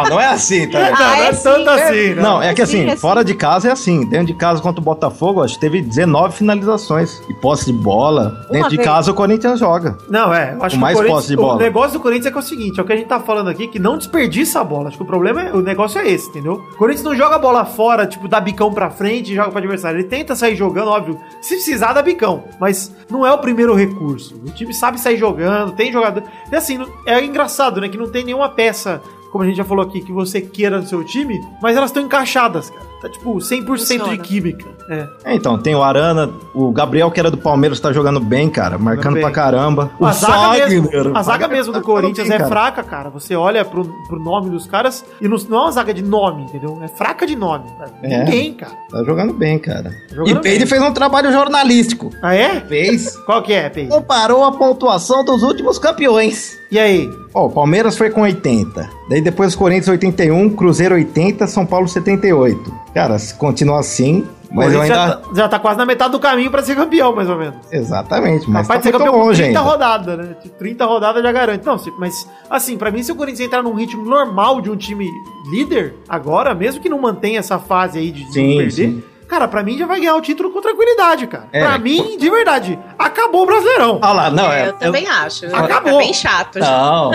Speaker 3: Não, não é assim, tá?
Speaker 2: (laughs) Não, não é tanto assim, né?
Speaker 3: Não, é que
Speaker 8: Sim,
Speaker 3: assim,
Speaker 8: é assim.
Speaker 3: fora de casa é assim. Dentro de casa contra o Botafogo, acho que teve 19 finalizações. E posse de bola. Dentro de
Speaker 8: vez.
Speaker 3: casa o Corinthians joga.
Speaker 2: Não, é. eu Acho que
Speaker 3: Com mais
Speaker 2: o, Corinthians-
Speaker 3: posse de bola.
Speaker 2: o negócio do Corinthians é que é o seguinte: é o que a gente tá falando aqui, que não desperdiça a bola. Acho que o problema é. O negócio é esse, entendeu? O Corinthians não joga a bola fora, tipo, dá bicão pra frente e joga pro adversário. Ele tenta sair jogando, óbvio. Se precisar, dá bicão. Mas não é o primeiro recurso. O time sabe sair jogando, tem jogador. E assim, não- é engraçado, né? Que não tem nenhuma peça. Como a gente já falou aqui, que você queira no seu time, mas elas estão encaixadas, cara. Tá tipo 100% de
Speaker 8: Funciona.
Speaker 2: química. É.
Speaker 3: É, então, tem o Arana, o Gabriel, que era do Palmeiras, tá jogando bem, cara. Marcando
Speaker 2: Bem.
Speaker 3: pra caramba.
Speaker 2: A
Speaker 3: o
Speaker 2: zaga,
Speaker 3: Sogner,
Speaker 2: mesmo, a zaga mesmo do
Speaker 3: tá
Speaker 2: Corinthians
Speaker 3: bem,
Speaker 2: é
Speaker 3: cara.
Speaker 2: fraca, cara. Você olha pro, pro nome dos caras e não, não é uma zaga de nome, entendeu? É fraca de nome. cara.
Speaker 3: É.
Speaker 2: Ninguém, cara.
Speaker 3: Tá jogando bem, cara.
Speaker 2: Jogando
Speaker 3: e Peide
Speaker 2: bem.
Speaker 3: fez um trabalho jornalístico.
Speaker 2: Ah, é?
Speaker 3: Fez.
Speaker 2: Qual que é, Peide?
Speaker 3: Comparou a pontuação dos últimos campeões.
Speaker 2: E aí?
Speaker 3: Ó, o Palmeiras foi com 80. Daí depois o Corinthians 81, Cruzeiro 80, São Paulo 78. Cara, se continuar assim, mas eu
Speaker 2: Corinthians já,
Speaker 3: ainda.
Speaker 2: tá, já tá quase na metade do caminho pra ser campeão, mais ou menos.
Speaker 3: Exatamente, mas
Speaker 2: Capaz de ser
Speaker 3: tá muito
Speaker 2: campeão com
Speaker 3: longe
Speaker 2: 30
Speaker 3: ainda.
Speaker 2: rodadas, né? 30 rodadas já garante. Não, se- mas assim, pra mim, se o Corinthians entrar num ritmo normal de um time líder, agora, mesmo que não mantenha essa fase aí de, de
Speaker 3: Sim,
Speaker 2: não perder,
Speaker 3: sim.
Speaker 2: cara, pra mim já vai ganhar o título com tranquilidade, cara.
Speaker 3: É,
Speaker 2: pra mim, de verdade, acabou o Brasileirão.
Speaker 3: Ah lá, não,
Speaker 8: eu,
Speaker 3: é.
Speaker 8: também acho. viu?
Speaker 2: Acabou.
Speaker 8: Tá bem chato. já.
Speaker 3: Não.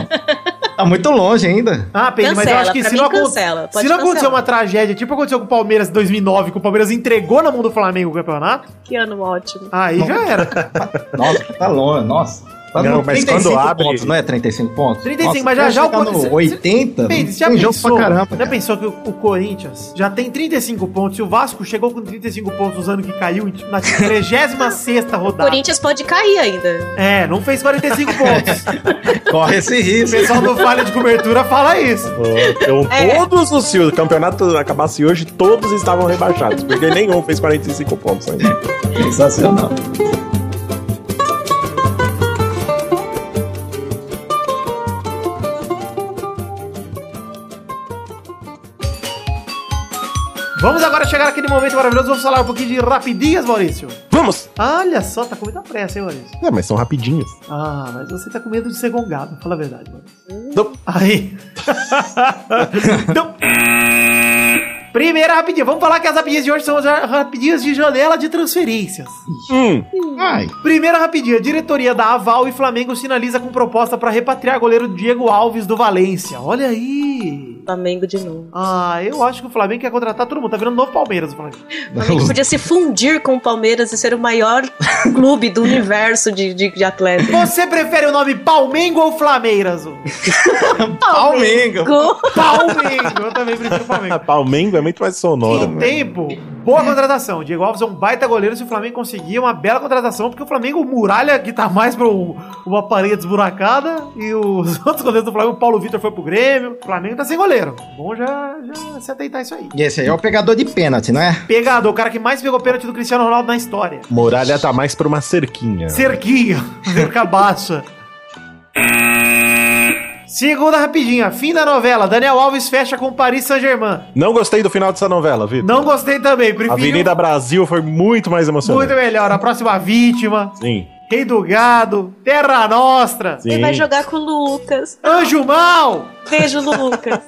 Speaker 3: tá muito longe ainda.
Speaker 2: Ah, Pedro, mas eu
Speaker 8: Cancela,
Speaker 2: acho que
Speaker 8: pra
Speaker 2: se
Speaker 8: mim
Speaker 2: não, acon-
Speaker 8: cancela, pode
Speaker 2: se não acontecer
Speaker 8: cancelar.
Speaker 2: uma tragédia, tipo aconteceu com o Palmeiras em 2009, que o Palmeiras entregou na mão do Flamengo o campeonato,
Speaker 8: Que ano ótimo.
Speaker 2: aí já era.
Speaker 3: Nossa, tá longe, nossa. Tá
Speaker 6: Não,
Speaker 3: no
Speaker 6: mas
Speaker 3: 35
Speaker 6: quando abre-
Speaker 3: pontos, não é 35 pontos?
Speaker 2: 35,
Speaker 3: Nossa,
Speaker 2: mas já
Speaker 3: quando
Speaker 2: já o
Speaker 3: chegar no
Speaker 2: Corinthians-
Speaker 3: 80,
Speaker 2: Pedro,
Speaker 3: já
Speaker 2: já
Speaker 3: tem jogo pra
Speaker 2: pensou,
Speaker 3: caramba.
Speaker 2: já
Speaker 3: cara.
Speaker 2: pensou que o, o Corinthians já tem 35 pontos e o Vasco chegou com 35 pontos no ano que caiu em- na 36
Speaker 3: Tá.
Speaker 2: rodada?
Speaker 8: Corinthians pode cair ainda.
Speaker 2: É, não fez 45 pontos.
Speaker 3: Corre esse
Speaker 2: O
Speaker 3: risco.
Speaker 2: pessoal do Falha de Cobertura fala isso.
Speaker 6: Então,
Speaker 8: É.
Speaker 6: todos os se o campeonato acabasse hoje, todos estavam rebaixados, porque nenhum fez 45 pontos ainda.
Speaker 3: Sensacional.
Speaker 2: Vamos agora chegar naquele momento maravilhoso, vamos falar um pouquinho de rapidinhas, Maurício.
Speaker 6: Vamos!
Speaker 2: Olha só, tá com muita pressa, hein, Maurício?
Speaker 6: É, mas são rapidinhos.
Speaker 2: Ah, mas você tá com medo de ser gongado, fala a verdade, mano.
Speaker 6: Não.
Speaker 2: Aí. Não. Primeira rapidinha, vamos falar que as rapidinhas de hoje são as rapidinhas de janela de transferências.
Speaker 6: Hum,
Speaker 3: Ai,
Speaker 2: Primeira rapidinha, diretoria da Aval e Flamengo sinaliza com proposta pra repatriar goleiro Diego Alves do Valência. Olha aí.
Speaker 8: Flamengo de novo.
Speaker 2: Ah, eu acho que o Flamengo quer contratar todo mundo. Tá virando novo Palmeiras o Flamengo.
Speaker 8: O Flamengo podia se fundir com o Palmeiras e ser o maior clube do universo de, de, de atletas.
Speaker 2: Você prefere o nome Palmengo ou Flameiras? ô?
Speaker 3: Palmeiras.
Speaker 2: Palmengo. Eu também prefiro Palmengo.
Speaker 6: Palmengo é muito mais sonoro.
Speaker 2: Em tempo, boa contratação. Diego Alves é um baita goleiro se o Flamengo conseguir é uma bela contratação, porque o Flamengo muralha que tá mais pra um- uma parede desburacada e os (laughs) outros goleiros do Flamengo, o Paulo Vitor foi pro Grêmio. O Flamengo tá sem goleiro. Bom já, já se atentar a isso aí.
Speaker 3: E esse aí é o pegador de pênalti, não é?
Speaker 2: Pegador, o cara que mais pegou pênalti do Cristiano Ronaldo na história.
Speaker 6: Muralha tá mais pra uma cerquinha.
Speaker 2: Cerquinho, (laughs) cerca baixa. Segunda rapidinha, fim da novela. Daniel Alves fecha com Paris Saint-Germain.
Speaker 6: Não gostei do final dessa novela, Vitor.
Speaker 2: Não gostei também, prefiro
Speaker 6: Avenida Brasil foi muito mais emocionante.
Speaker 2: muito melhor. A próxima vítima.
Speaker 6: Sim,
Speaker 2: Rei do Gado, Terra Nostra,
Speaker 6: sim.
Speaker 8: Ele vai jogar com o Lucas.
Speaker 2: Anjo Mal.
Speaker 8: Beijo, Lucas.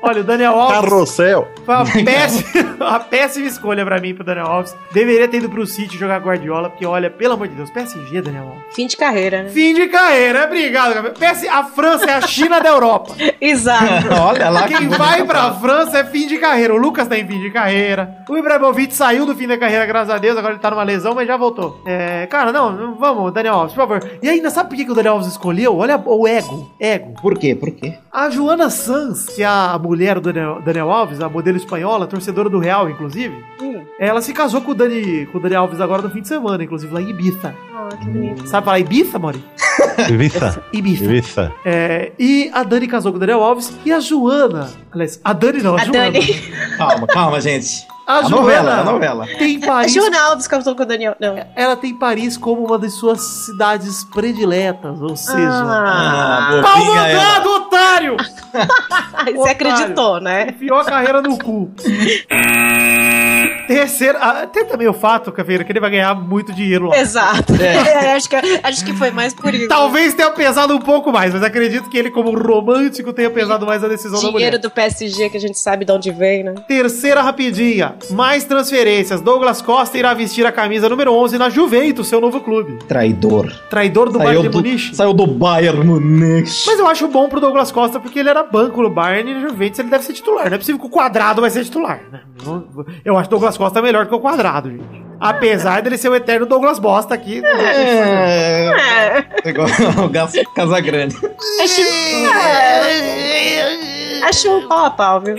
Speaker 2: Olha, o Daniel Alves
Speaker 6: Carrossel.
Speaker 2: foi (laughs) uma péssima, uma péssima escolha pra mim, pro Daniel Alves. Deveria ter ido pro City jogar Guardiola, porque olha, pelo amor de Deus, PSG, Daniel Alves.
Speaker 8: Fim de carreira, né?
Speaker 2: Fim de carreira, obrigado, Gabriel. PS, a França é a China da (laughs) Europa.
Speaker 8: Exato.
Speaker 3: Olha lá.
Speaker 2: Quem vai pra França é fim de carreira. O Lucas tá em fim de carreira. O Ibrahimovic saiu do fim da carreira, graças a Deus. Agora ele tá numa lesão, mas já voltou. É, cara, não, vamos, Daniel Alves, por favor. E ainda, sabe por que que o Daniel Alves escolheu? Olha o ego, ego.
Speaker 3: Por quê? Por quê?
Speaker 2: A Joana Sanz, que é a mulher do Daniel, Daniel Alves, a modelo espanhola, torcedora do Real, inclusive, ela se casou com o, Dani, com o Daniel Alves agora no fim de semana, inclusive lá em Ibiza.
Speaker 8: Ah, que bonito.
Speaker 2: Sabe falar Ibiza, Mori?
Speaker 6: Ibiza.
Speaker 2: Ibiza.
Speaker 6: Ibiza.
Speaker 2: É, e a Dani casou com o Daniel Alves e a Joana. Aliás, a Dani não, a,
Speaker 8: A
Speaker 2: Joana.
Speaker 8: (laughs) Dani.
Speaker 3: Calma, calma, gente. Tá
Speaker 2: A,
Speaker 3: A,
Speaker 2: Joana
Speaker 3: novela, a novela.
Speaker 2: tem
Speaker 8: A
Speaker 2: Paris.
Speaker 8: Joana Alves casou com o Daniel. Não.
Speaker 2: Ela tem Paris como uma das suas cidades prediletas, ou seja.
Speaker 3: Ah,
Speaker 2: Pau
Speaker 3: bobinha ela.
Speaker 2: mandado, otário!
Speaker 8: Ah, você acreditou, né?
Speaker 2: Enfiou a carreira no cu.
Speaker 4: Terceiro. ah, tem também o fato, Caveira, que ele vai ganhar muito dinheiro
Speaker 8: É.
Speaker 4: lá.
Speaker 8: Exato. (laughs)
Speaker 4: É.
Speaker 8: É, acho, que, acho que foi mais por isso.
Speaker 4: Talvez tenha pesado um pouco mais, mas acredito que ele, como romântico, tenha pesado mais a decisão da mulher.
Speaker 8: Dinheiro do PSG que a gente sabe de onde vem, né?
Speaker 4: Terceira rapidinha. Mais transferências. Douglas Costa irá vestir a camisa número 11 na Juventus, seu novo clube.
Speaker 3: Traidor.
Speaker 4: Traidor do Bayern de Munique.
Speaker 3: saiu do Bayern Munique.
Speaker 4: Mas eu acho bom pro Douglas Costa, porque ele era banco no Bayern e na Juventus ele deve ser titular. Não é possível que o Quadrado vai ser titular, né? Eu- Eu acho o Douglas Costa melhor que o Quadrado, gente. Apesar dele ser o eterno Douglas Bosta aqui.
Speaker 3: É. Igual (laughs) o Gas- Casagrande.
Speaker 8: Acho. Acho um pau a pau, viu?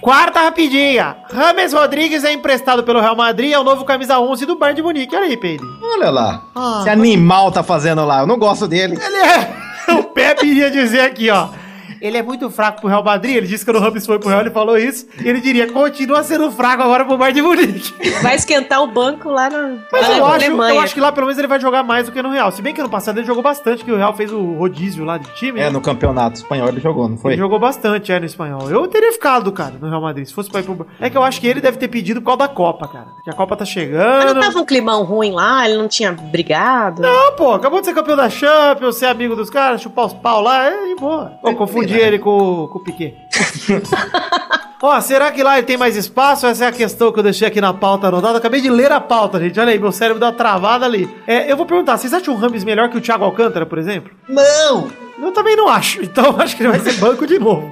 Speaker 4: Quarta rapidinha. Rames Rodrigues é emprestado pelo Real Madrid ao novo camisa 11 do Bayern de Munique. Olha aí, Pedro.
Speaker 3: Olha lá. Esse animal tá fazendo lá. Eu não gosto dele.
Speaker 4: Ele é. (laughs) O Pepe ia dizer aqui, ó. Ele é muito fraco pro Real Madrid. Ele disse que quando o Ramos foi pro Real, ele falou isso. E ele diria: continua sendo fraco agora pro Bayern de Munique.
Speaker 8: (laughs) Vai esquentar o banco lá na,
Speaker 4: Mas
Speaker 8: lá
Speaker 4: eu,
Speaker 8: na
Speaker 4: acho,
Speaker 8: Alemanha.
Speaker 4: eu acho que lá pelo menos ele vai jogar mais do que no Real. Se bem que ano passado ele jogou bastante, que o Real fez o rodízio lá de time.
Speaker 3: É,
Speaker 4: né?
Speaker 3: no campeonato espanhol ele jogou, não
Speaker 4: Ele
Speaker 3: foi?
Speaker 4: jogou bastante, é, no espanhol. Eu teria ficado, cara, no Real Madrid. Se fosse pra ir pro. É que eu acho que ele deve ter pedido por causa da Copa, cara. Que a Copa tá
Speaker 8: Mas
Speaker 4: chegando.
Speaker 8: não tava um climão ruim lá, ele não tinha brigado.
Speaker 4: Não, pô, acabou de ser campeão da Champions, ser amigo dos caras, chupar os pau lá, é de boa. Pô, confundi ele com, com o
Speaker 3: (laughs)
Speaker 4: Piquet. Ó, será que lá ele tem mais espaço? Essa é a questão que eu deixei aqui na pauta anotada. Acabei de ler a pauta, gente. Olha aí, meu cérebro deu uma travada ali. É, eu vou perguntar, vocês acham o Rames melhor que o Thiago Alcântara, por exemplo?
Speaker 3: Não!
Speaker 4: Eu também não acho, (laughs) então acho que ele vai ser banco de novo.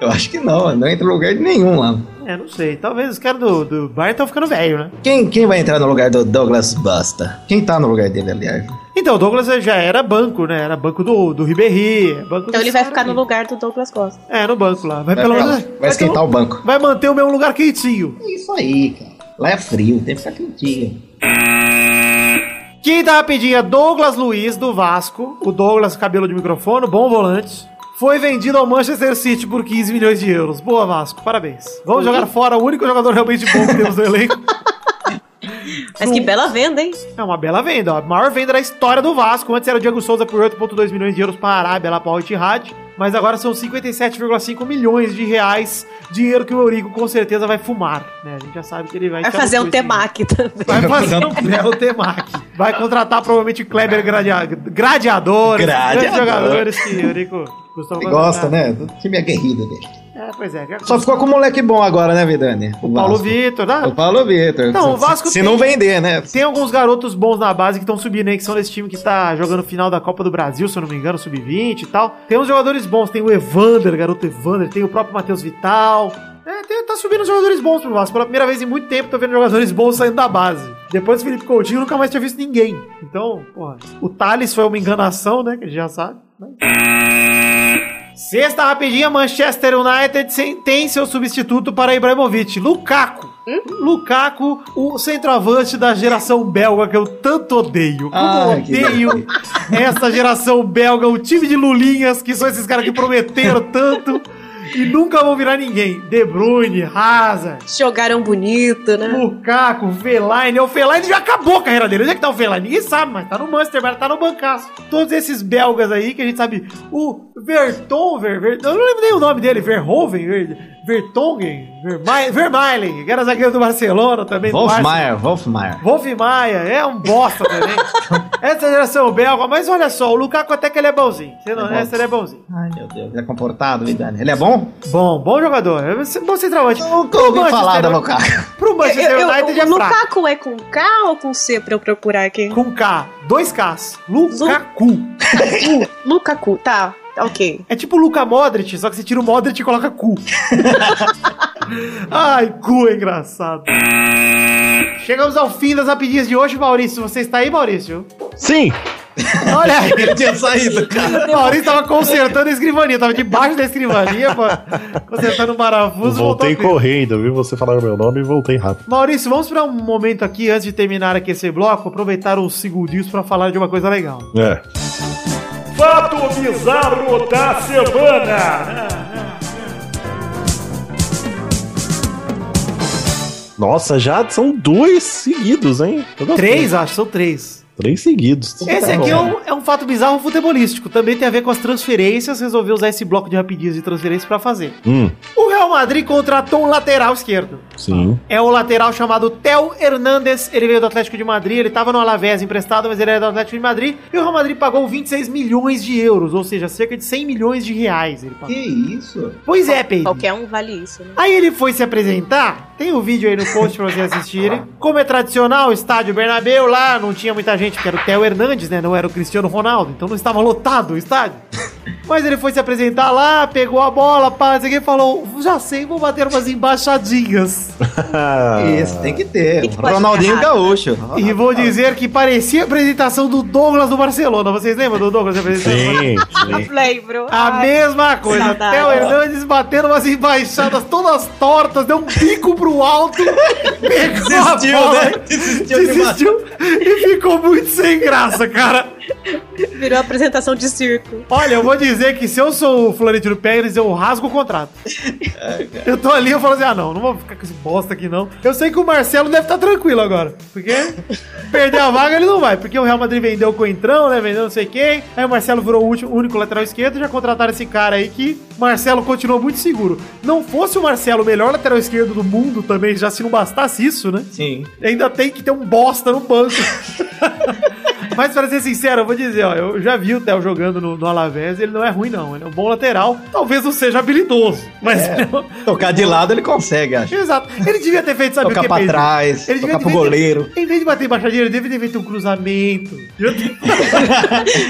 Speaker 3: Eu acho que não, não entra em lugar nenhum lá.
Speaker 4: É, não sei. Talvez os caras do, do Bayern estão ficando velho, né?
Speaker 3: Quem, quem vai entrar no lugar do Douglas Busta? Quem tá no lugar dele, aliás?
Speaker 4: Então, o Douglas já era banco, né? Era banco do, do Ribéry. é Banco
Speaker 8: Então ele
Speaker 4: desses
Speaker 8: vai
Speaker 4: caras
Speaker 8: ficar no
Speaker 4: aí.
Speaker 8: lugar do Douglas Costa.
Speaker 4: É, no banco lá. Vai,
Speaker 3: Vai,
Speaker 4: pelo
Speaker 3: pra
Speaker 4: menos.
Speaker 3: lá. vai
Speaker 4: ter um-
Speaker 3: esquentar o banco.
Speaker 4: Vai manter o meu lugar quentinho.
Speaker 3: É isso aí, cara. Lá é frio, tem que ficar quentinho.
Speaker 4: Quinta rapidinha, Douglas Luiz do Vasco. O Douglas, cabelo de microfone, bom volante. Foi vendido ao Manchester City por 15 milhões de euros. Boa, Vasco, parabéns. Vamos
Speaker 8: Uhum.
Speaker 4: jogar fora o único jogador realmente bom que temos
Speaker 8: (laughs)
Speaker 4: no elenco.
Speaker 8: Mas que bela venda, hein?
Speaker 4: É uma bela venda, ó. A maior venda da história do Vasco. Antes era o Diego Souza por 8,2 milhões de euros para a Arábia, lá para o Ittihad. Mas agora são 57,5 milhões de reais. Dinheiro que o Eurico com certeza vai fumar, né? A gente já sabe que ele vai...
Speaker 8: Vai fazer um
Speaker 4: temaki.
Speaker 8: temaki (laughs) também.
Speaker 4: Vai fazer um belo temaki. Vai contratar provavelmente o Kleber gradia Gladiadores.
Speaker 3: Gladiador.
Speaker 4: grandes jogadores que o Eurico costuma
Speaker 3: Ele
Speaker 4: contratar.
Speaker 3: gosta, né? Do time aguerrido dele.
Speaker 4: É, pois é.
Speaker 3: Só ficou com o moleque bom agora, né, Vidani? O,
Speaker 4: Paulo
Speaker 3: Vasco.
Speaker 4: Vitor, né?
Speaker 3: O Paulo Vitor.
Speaker 4: Não, o
Speaker 3: Se-
Speaker 4: Vasco
Speaker 3: Se
Speaker 4: tem-
Speaker 3: não vender, né?
Speaker 4: Tem alguns garotos bons na base que estão subindo aí, que são desse time que tá jogando final da Copa do Brasil, se eu não me engano, sub-20 e tal. Tem uns jogadores bons, tem o Evander, garoto Evander, tem o próprio Matheus Vital. É, tem- tá subindo os jogadores bons pro Vasco. Pela primeira vez em muito tempo, tô vendo jogadores bons saindo da base. Depois do Felipe Coutinho, eu nunca mais tinha visto ninguém. Então, porra, o Thales foi uma enganação, né? Que a gente já sabe. né? Sexta rapidinha, Manchester United sem- tem seu substituto para Ibrahimovic, Lukaku. Lukaku, o centroavante da geração belga que eu tanto odeio. Como
Speaker 3: Ah,
Speaker 4: eu odeio essa geração belga, o time de lulinhas, que são esses caras que prometeram tanto e nunca vão virar ninguém. De Bruyne, Hazard,
Speaker 8: Jogaram bonito, né?
Speaker 4: Lukaku, Fellaini. O Fellaini já acabou a carreira dele. Onde é que tá o Fellaini? Ninguém sabe, mas tá no Manchester, mas tá no bancaço. Todos esses belgas aí que a gente sabe. O Verton, Ver, Ver- eu não lembro nem o nome dele. Verhoeven, Ver, Vertongen, Vermei- Vermeilen, que era zagueiro do Barcelona também. do Arsenal.
Speaker 3: Wolfmaier, Wolfmaier.
Speaker 4: Wolf Maia é um
Speaker 3: (laughs)
Speaker 4: bosta também. Essa geração belga, mas olha só, o Lukaku até que ele é bonzinho. Sendo
Speaker 3: É bom.
Speaker 4: honesto, ele é bonzinho.
Speaker 3: Ai, meu Deus, ele é comportado, Vidani. Ele é bom?
Speaker 4: Bom, bom jogador. É um Bom centroavante.
Speaker 3: Nunca ouvi
Speaker 4: Pro
Speaker 3: falar
Speaker 4: Manchester-
Speaker 3: do
Speaker 4: (laughs)
Speaker 3: Lukaku.
Speaker 4: Pro Manchester
Speaker 8: Eu- eu-
Speaker 4: United é
Speaker 8: o
Speaker 4: fraco.
Speaker 8: Lukaku é com K ou com C pra eu procurar aqui?
Speaker 4: Com K, dois Ks. Lukaku.
Speaker 8: Lukaku, tá. Ok.
Speaker 4: É tipo Luka Modric, só que você tira o Modric e coloca cu. Ai, cu é engraçado. Chegamos ao fim das rapidinhas de hoje, Maurício. Você está aí, Maurício?
Speaker 6: Sim!
Speaker 4: Olha
Speaker 3: (laughs)
Speaker 4: aí.
Speaker 3: Ele tinha saído, cara.
Speaker 4: O Maurício tava consertando a escrivaninha, tava debaixo da escrivaninha, pô, consertando o parafuso. voltou
Speaker 6: voltei
Speaker 4: a tempo.
Speaker 6: correndo, viu? Você falaram meu nome e voltei rápido.
Speaker 4: Maurício, vamos para um momento aqui, antes de terminar aqui esse bloco, aproveitar os segundinhos para falar de uma coisa legal.
Speaker 6: É.
Speaker 1: Fato bizarro da semana.
Speaker 6: Nossa, já são dois seguidos, hein? Eu gostei.
Speaker 4: Três, acho, são três.
Speaker 6: Três seguidos.
Speaker 4: Esse
Speaker 6: Tá
Speaker 4: aqui é
Speaker 6: bom.
Speaker 4: um, é um fato bizarro futebolístico, também tem a ver com as transferências, resolvi usar esse bloco de rapidinhas de transferências para fazer.
Speaker 6: Hum,
Speaker 4: O Real Madrid contratou um lateral esquerdo.
Speaker 6: Sim.
Speaker 4: É o lateral chamado Theo Hernandes. Ele veio do Atlético de Madrid. Ele estava no Alavés emprestado, mas ele era do Atlético de Madrid. E o Real Madrid pagou 26 milhões de euros, ou seja, cerca de 100 milhões de reais. Ele pagou.
Speaker 3: Que isso?
Speaker 4: Pois é, Peide.
Speaker 8: Qualquer um vale isso, né?
Speaker 4: Aí ele foi se apresentar. Tem o vídeo aí no post pra vocês assistirem. Como é tradicional, estádio Bernabéu lá não tinha muita gente, porque era o Theo Hernandes, né? Não era o Cristiano Ronaldo. Então não estava lotado o estádio. Mas ele foi se apresentar lá, pegou a bola, pá, não sei o quê, falou: já sei, vou bater umas embaixadinhas.
Speaker 3: Isso, tem que ter.
Speaker 8: O que que pode
Speaker 3: Ronaldinho
Speaker 8: dar errado?
Speaker 3: Gaúcho.
Speaker 4: E vou dizer que parecia a apresentação do Douglas do Barcelona. Vocês lembram do Douglas apresentando?
Speaker 6: Sim, sim.
Speaker 8: Lembro.
Speaker 4: A
Speaker 8: Ai,
Speaker 4: mesma coisa.
Speaker 8: saudade.
Speaker 4: Theo Hernandes batendo umas embaixadas todas tortas, deu um bico pro alto, (laughs) pegou
Speaker 3: Desistiu,
Speaker 4: a bola,
Speaker 3: né?
Speaker 4: desistiu,
Speaker 3: Desistiu de
Speaker 4: e ficou muito sem graça, cara.
Speaker 8: Virou apresentação de circo.
Speaker 4: Olha, eu vou dizer que se eu sou o Florentino Pérez, eu rasgo o contrato. Eu tô ali, eu falo assim, ah não, não vou ficar com esse bosta aqui não. Eu sei que o Marcelo deve estar tranquilo agora, porque perder a vaga ele não vai, porque o Real Madrid vendeu o Coentrão, né, vendeu não sei quem, aí o Marcelo virou o último, o único lateral esquerdo, já contrataram esse cara aí que Marcelo continuou muito seguro. Não fosse o Marcelo o melhor lateral esquerdo do mundo também, já se não bastasse isso, né?
Speaker 3: Sim.
Speaker 4: Ainda tem que ter um bosta no banco. (laughs) Mas pra ser sincero, eu vou dizer, ó, eu já vi o Theo jogando no, no Alavés, ele não é ruim não, ele é um bom lateral, talvez não seja habilidoso, mas ele é um-
Speaker 3: Tocar de lado ele consegue, acho.
Speaker 4: Exato. Ele devia ter feito, sabe o
Speaker 3: Tocar
Speaker 4: que,
Speaker 3: pra
Speaker 4: Pedro?
Speaker 3: trás,
Speaker 4: Ele devia
Speaker 3: tocar
Speaker 4: ter
Speaker 3: pro
Speaker 4: feito-
Speaker 3: goleiro.
Speaker 4: Em vez de bater embaixadinha, ele devia ter feito um cruzamento. Devia ter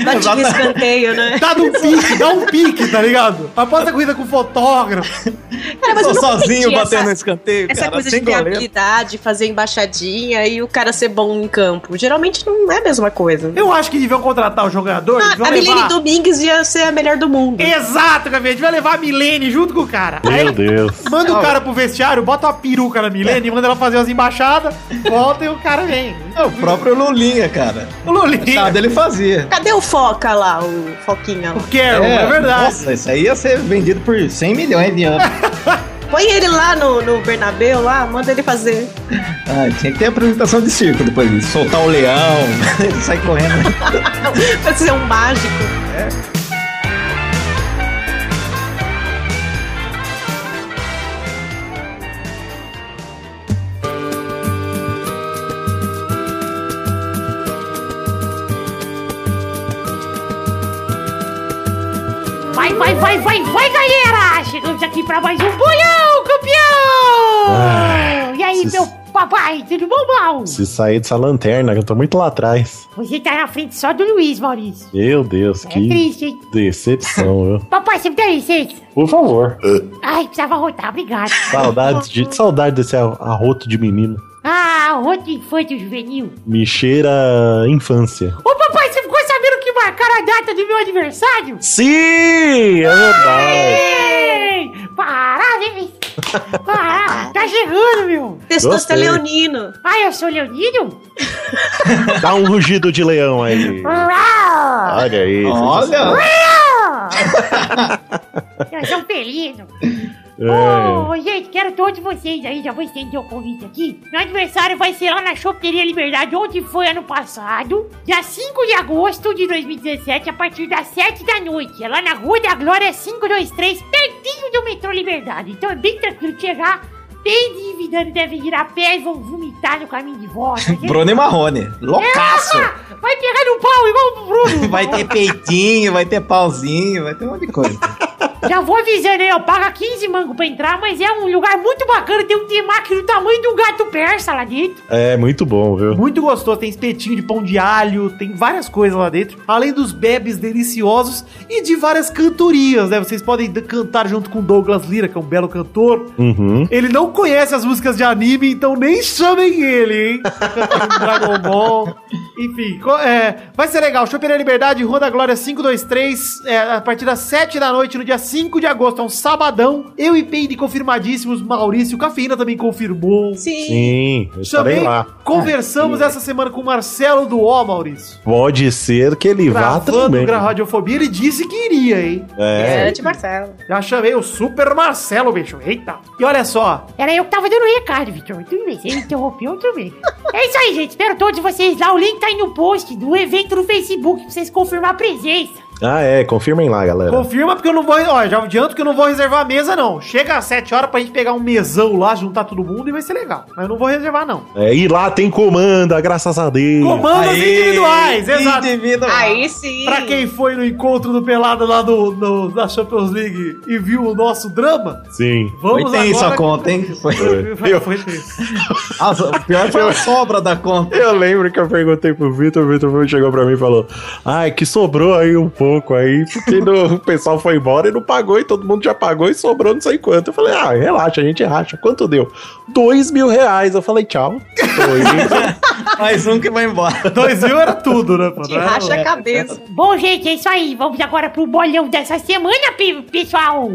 Speaker 8: Bate no escanteio, né?
Speaker 4: dado um pique, dá um pique, tá ligado? Após a corrida com o fotógrafo.
Speaker 8: Cara, mas
Speaker 3: Só
Speaker 8: eu não
Speaker 3: sozinho
Speaker 8: entendi
Speaker 3: batendo no
Speaker 8: essa,
Speaker 3: escanteio,
Speaker 8: essa
Speaker 3: cara,
Speaker 8: coisa de
Speaker 3: sem
Speaker 8: ter
Speaker 3: goleiro.
Speaker 8: habilidade, fazer embaixadinha e o cara ser bom em campo. Geralmente não é a mesma coisa.
Speaker 4: Eu acho que deviam contratar o jogador,
Speaker 8: Ah,
Speaker 4: deviam
Speaker 8: a Milene
Speaker 4: levar...
Speaker 8: Domingues ia ser a melhor do mundo.
Speaker 4: Exato, Gabriel, devia levar a Milene junto com o cara. Aí-
Speaker 6: Meu Deus.
Speaker 4: Manda o cara pro vestiário, bota uma peruca na Milene, manda ela fazer as embaixadas, volta e o cara vem.
Speaker 3: É o próprio Lulinha, cara.
Speaker 4: O Lulinha,
Speaker 3: Nada ele fazia.
Speaker 8: Cadê o Foca lá, o Foquinha? lá?
Speaker 4: o Carol, é, verdade.
Speaker 3: Nossa, isso aí ia ser vendido por 100 milhões de anos.
Speaker 8: Põe ele lá no, no Bernabéu, lá, manda ele fazer. (laughs)
Speaker 3: Ah, tinha que ter apresentação de circo depois disso. Soltar o (laughs) leão, sair correndo.
Speaker 8: Pra ser um mágico.
Speaker 9: Vai, vai, vai, vai, vai, galera! Chegamos aqui pra mais um bolhão, campeão!
Speaker 6: Ah,
Speaker 9: e aí,
Speaker 6: esses-
Speaker 9: meu papai, tudo bom, mal?
Speaker 6: Se sair dessa lanterna, que eu tô muito lá atrás.
Speaker 9: Você tá na frente só do Luiz, Maurício.
Speaker 6: Meu Deus,
Speaker 9: É
Speaker 6: que
Speaker 9: triste, hein?
Speaker 6: decepção, viu?
Speaker 9: Papai, você tá me dá licença?
Speaker 6: Por favor.
Speaker 9: Ai, precisava rotar, obrigado.
Speaker 6: Saudades de, saudade desse ar- arroto de menino.
Speaker 9: Ah, outro infante juvenil.
Speaker 6: Me cheira a infância.
Speaker 9: Ô, papai, você ficou sabendo que marcaram a data do meu aniversário?
Speaker 6: Sim, é verdade.
Speaker 9: Ei! Parabéns! Parabéns! Tá chegando, meu!
Speaker 6: Gostei.
Speaker 8: Testosterone.
Speaker 9: Ah, eu sou Leonido?
Speaker 6: Dá um rugido de leão aí.
Speaker 9: Uau!
Speaker 6: Olha aí.
Speaker 3: Olha,
Speaker 9: Eu sou um felino!
Speaker 6: É.
Speaker 9: Ô, gente, quero todos vocês aí, já vou estender o convite aqui. Meu aniversário vai ser lá na Choperia Liberdade, onde foi ano passado, dia 5 de agosto de 2017, a partir das 7 da noite. É lá na Rua da Glória 523, pertinho do metrô Liberdade. Então é bem tranquilo de chegar. Bem endividando, devem ir a pé e vão vomitar no caminho de volta. Ah,
Speaker 3: Bruno e Marrone. Loucaço.
Speaker 9: Vai pegar no pau igual o Bruno.
Speaker 3: (laughs) Vai ter peitinho, vai ter pauzinho, vai ter um monte de coisa.
Speaker 9: Já vou avisando né? aí, ó, paga 15 mango pra entrar, mas é um lugar muito bacana, tem um temaki do tamanho de um gato persa lá dentro.
Speaker 6: É muito bom, viu?
Speaker 4: Muito gostoso, tem espetinho de pão de alho, tem várias coisas lá dentro, além dos bebes deliciosos e de várias cantorias, né? Vocês podem d- cantar junto com o Douglas Lira, que é um belo cantor.
Speaker 6: Uhum.
Speaker 4: Ele não conhece as músicas de anime, então nem chamem ele, hein? (laughs) Cantando Dragon Ball. Enfim, co- é, vai ser legal. Choperia Liberdade, Rua da Glória 523, é, a partir das 7 da noite, no dia 5 de agosto, é um sabadão. Eu e Peide confirmadíssimos, Maurício Cafeína também confirmou.
Speaker 8: Sim.
Speaker 6: Sim, eu estarei
Speaker 4: Também
Speaker 6: lá.
Speaker 4: conversamos essa semana com o Marcelo do O, Maurício.
Speaker 6: Pode ser que ele vá
Speaker 4: Gravando
Speaker 6: também.
Speaker 4: Gra Radiofobia, ele disse que iria, hein?
Speaker 6: É.
Speaker 8: de Marcelo.
Speaker 4: Já chamei o Super Marcelo, bicho. Eita. E olha só,
Speaker 9: Era eu que tava dando o recado, Vitor. Tudo bem, você me interrompeu, tudo bem. É isso aí, gente. Espero todos vocês lá. O link tá aí no post do evento no Facebook pra vocês confirmar a presença.
Speaker 6: Ah, é. Confirmem lá, galera.
Speaker 3: Tá.
Speaker 4: Confirma porque eu não vou. Ó, já adianto que eu não vou reservar a mesa, não. Chega às 7 horas pra gente pegar um mesão lá, juntar todo mundo e vai ser legal. Mas eu não vou reservar, não.
Speaker 6: É, e lá tem comanda, graças a Deus.
Speaker 4: Comandos individuais, exato.
Speaker 3: Individual.
Speaker 8: Aí sim.
Speaker 4: Pra quem foi no encontro do Pelada lá no, no- da Champions League e viu o nosso drama,
Speaker 6: Sim.
Speaker 4: vamos
Speaker 3: Foi tenso
Speaker 4: agora...
Speaker 3: a conta, hein? Foi-
Speaker 4: Foi, foi tenso.
Speaker 3: Ah, o pior foi a sobra da conta.
Speaker 6: Eu lembro que eu perguntei pro Vitor, o Vitor chegou pra mim e falou: Ai, que sobrou aí um pouco aí, porque no- o pessoal foi embora e não pagou, e todo mundo já pagou e sobrou não sei quanto. Eu falei, ah, relaxa, a gente racha. Quanto deu? Dois mil reais. Eu falei, tchau. Dois.
Speaker 3: Mais um que vai embora.
Speaker 4: Dois mil era tudo, né,
Speaker 8: Te racha a cabeça.
Speaker 9: Bom, gente, é isso aí. Vamos agora pro bolão dessa semana, pe- pessoal.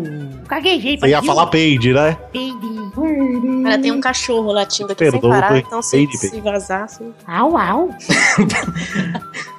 Speaker 9: Caguejei.
Speaker 6: Você ia
Speaker 9: partiu.
Speaker 6: falar peide,
Speaker 9: um
Speaker 6: né?
Speaker 9: Peide.
Speaker 8: Cara, tem um cachorro latindo aqui
Speaker 6: Perdoa,
Speaker 8: sem parar,
Speaker 6: foi.
Speaker 8: então se,
Speaker 6: Peide, peide.
Speaker 8: se vazar... assim.
Speaker 9: Au, au.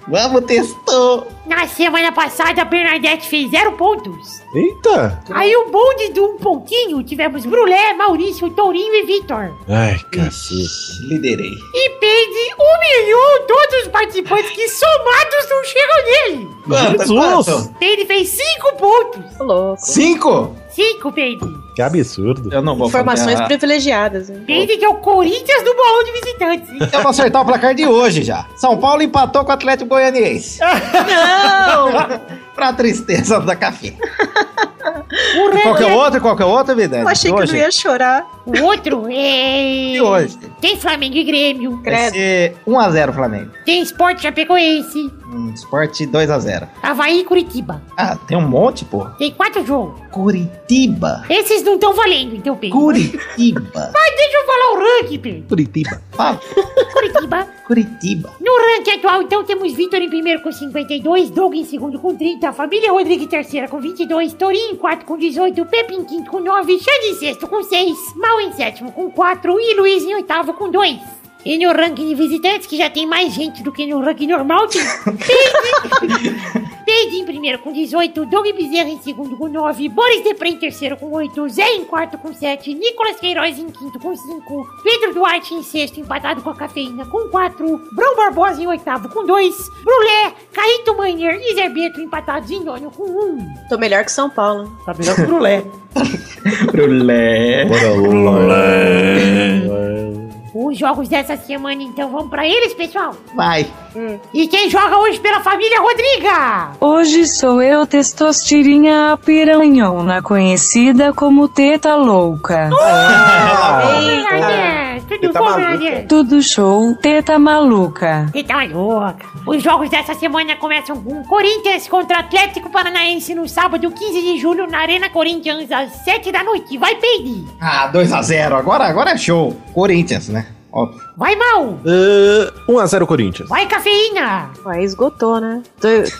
Speaker 3: Vamos, testou.
Speaker 9: Na semana passada, a Bernadette fez zero pontos.
Speaker 6: Eita!
Speaker 9: Aí o bonde do um pontinho, tivemos Brulé, Maurício, Tourinho e Vitor.
Speaker 6: Ai, cacete.
Speaker 3: Liderei.
Speaker 9: E Peide humilhou todos os participantes que somados não chegam nele.
Speaker 3: Quantas?
Speaker 6: Jesus!
Speaker 3: Quantas?
Speaker 9: Peide fez cinco pontos.
Speaker 8: Tô louco.
Speaker 3: Cinco?
Speaker 9: Cinco, Peide.
Speaker 6: Que absurdo.
Speaker 3: Eu não vou
Speaker 8: Informações
Speaker 3: contar.
Speaker 8: privilegiadas. né?
Speaker 9: Peide que é o Corinthians do bolão de visitantes.
Speaker 3: Eu vou acertar o placar de hoje já. São Paulo empatou com o Atlético Goianiense. Não! pra tristeza da café.
Speaker 9: O
Speaker 3: E Qual que é
Speaker 9: Renan-
Speaker 3: o outro? Qual que é o outro, Vidal?
Speaker 8: Eu achei que eu não ia chorar.
Speaker 9: O outro é.
Speaker 3: E hoje?
Speaker 9: Tem Flamengo e Grêmio.
Speaker 3: Vai
Speaker 8: Credo.
Speaker 3: ser 1x0 Flamengo.
Speaker 9: Tem Sport Chapecoense.
Speaker 3: Hum, Sport 2x0.
Speaker 9: Havaí e Curitiba.
Speaker 3: Ah, tem um monte, pô.
Speaker 9: Tem quatro jogos.
Speaker 3: Curitiba.
Speaker 9: Esses não estão valendo, então, Pedro.
Speaker 3: Curitiba.
Speaker 9: Mas deixa eu falar o ranking, Pedro.
Speaker 6: Curitiba.
Speaker 3: Fala.
Speaker 9: Curitiba.
Speaker 3: Curitiba.
Speaker 9: No ranking atual, então, temos Vitor em primeiro com 52, Doug em segundo com 30, Família Rodrigues em terceira com 22, Torinho em quarto com 18, Pepe em quinto com 9, Xande em sexto com 6, Mal em sétimo com 4 e Luiz em oitavo com 2. E no ranking de visitantes, que já tem mais gente do que no ranking normal, tem Peide em primeiro com 18, Doug Bezerra em segundo com 9, Boris Depré em terceiro com 8, Zé em quarto com 7, Nicolas Queiroz em quinto com 5, Pedro Duarte em sexto empatado com a cafeína com 4, Brão Barbosa em oitavo com 2, Brulé, Caíto Manher e Zerbeto empatados em nono com 1.
Speaker 8: Tô melhor que São Paulo.
Speaker 4: Tá melhor que o Brulé.
Speaker 3: Brulé.
Speaker 6: Bora lá.
Speaker 9: Os jogos dessa semana, então, vamos pra eles, pessoal.
Speaker 3: Vai.
Speaker 9: E quem joga hoje pela família Rodriga?
Speaker 10: Hoje sou eu, Testostirinha a piranhona, conhecida como Teta Louca.
Speaker 9: Bernadette, tudo
Speaker 6: Ah, é. Ele tá
Speaker 9: bom,
Speaker 6: maluco.
Speaker 9: Bernadette?
Speaker 10: Tudo show, Teta Maluca.
Speaker 9: Você tá louca. Os jogos dessa semana começam com Corinthians contra Atlético Paranaense no sábado 15 de julho na Arena Corinthians às 7 da noite. Vai, Peide.
Speaker 3: Ah, 2x0. Agora, agora é show. Corinthians, né? Ó,
Speaker 9: Vai, Mal.
Speaker 6: 1x0 Corinthians.
Speaker 9: Vai, Cafeína.
Speaker 8: Aí esgotou, né?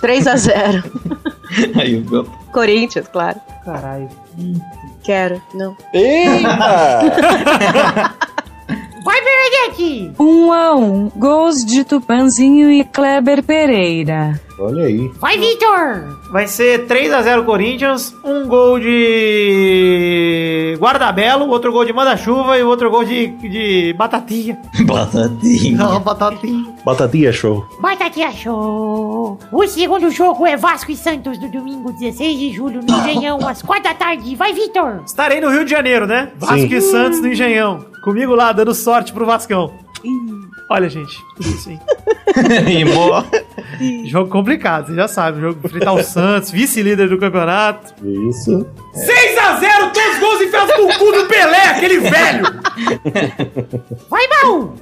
Speaker 8: 3 a 0
Speaker 3: aí o gol.
Speaker 8: (laughs) Corinthians, claro.
Speaker 4: Caralho.
Speaker 8: Quero. Não.
Speaker 6: Eita!
Speaker 9: Vai, Bernadette.
Speaker 10: Um a um, gols de Tupanzinho e Kleber Pereira.
Speaker 6: Olha aí.
Speaker 9: Vai, Vitor.
Speaker 4: Vai ser 3x0 Corinthians, um gol de Guardabelo, outro gol de Manda-Chuva e outro gol de, de Batatinha.
Speaker 3: Batatinha.
Speaker 4: Batatinha.
Speaker 6: Batatinha show.
Speaker 9: Batatinha Show. O segundo jogo é Vasco e Santos no domingo 16 de julho no Engenhão às 4 da tarde. Vai, Vitor.
Speaker 4: Estarei no Rio de Janeiro, né? Vasco e Santos no Engenhão. Comigo lá, dando sorte pro Vascão. Olha, gente, isso, hein?
Speaker 3: (laughs) E mo-
Speaker 4: jogo complicado, você já sabe. Jogo
Speaker 9: (laughs)
Speaker 4: enfrentar o Santos, vice-líder do campeonato.
Speaker 6: Isso.
Speaker 4: 6x0, todos os gols enfiados no cu do Pelé, aquele velho!
Speaker 9: Vai, Mal.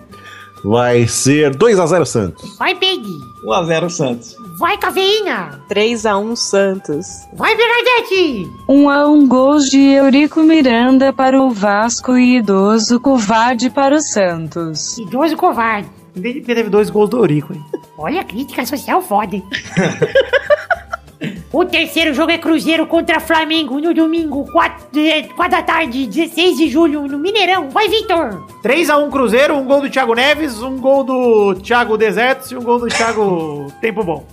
Speaker 6: Vai ser 2x0 Santos.
Speaker 9: Vai, Peide.
Speaker 3: 1x0 Santos.
Speaker 9: Vai, Cafeína.
Speaker 8: 3 a 1 Santos.
Speaker 9: Vai, Bernadette.
Speaker 10: Um a um, gols de Eurico Miranda para o Vasco e Idoso Covarde para o Santos.
Speaker 9: Idoso covarde.
Speaker 4: Entendi porque teve dois gols do Eurico, hein?
Speaker 9: Olha a crítica social foda, hein? (laughs) O terceiro jogo é Cruzeiro contra Flamengo no domingo, 4, da tarde, 16 de julho, no Mineirão. Vai, Vitor!
Speaker 4: 3x1 Cruzeiro, um gol do Thiago Neves, um gol do Thiago Desertos e um gol do Thiago Tempo Bom.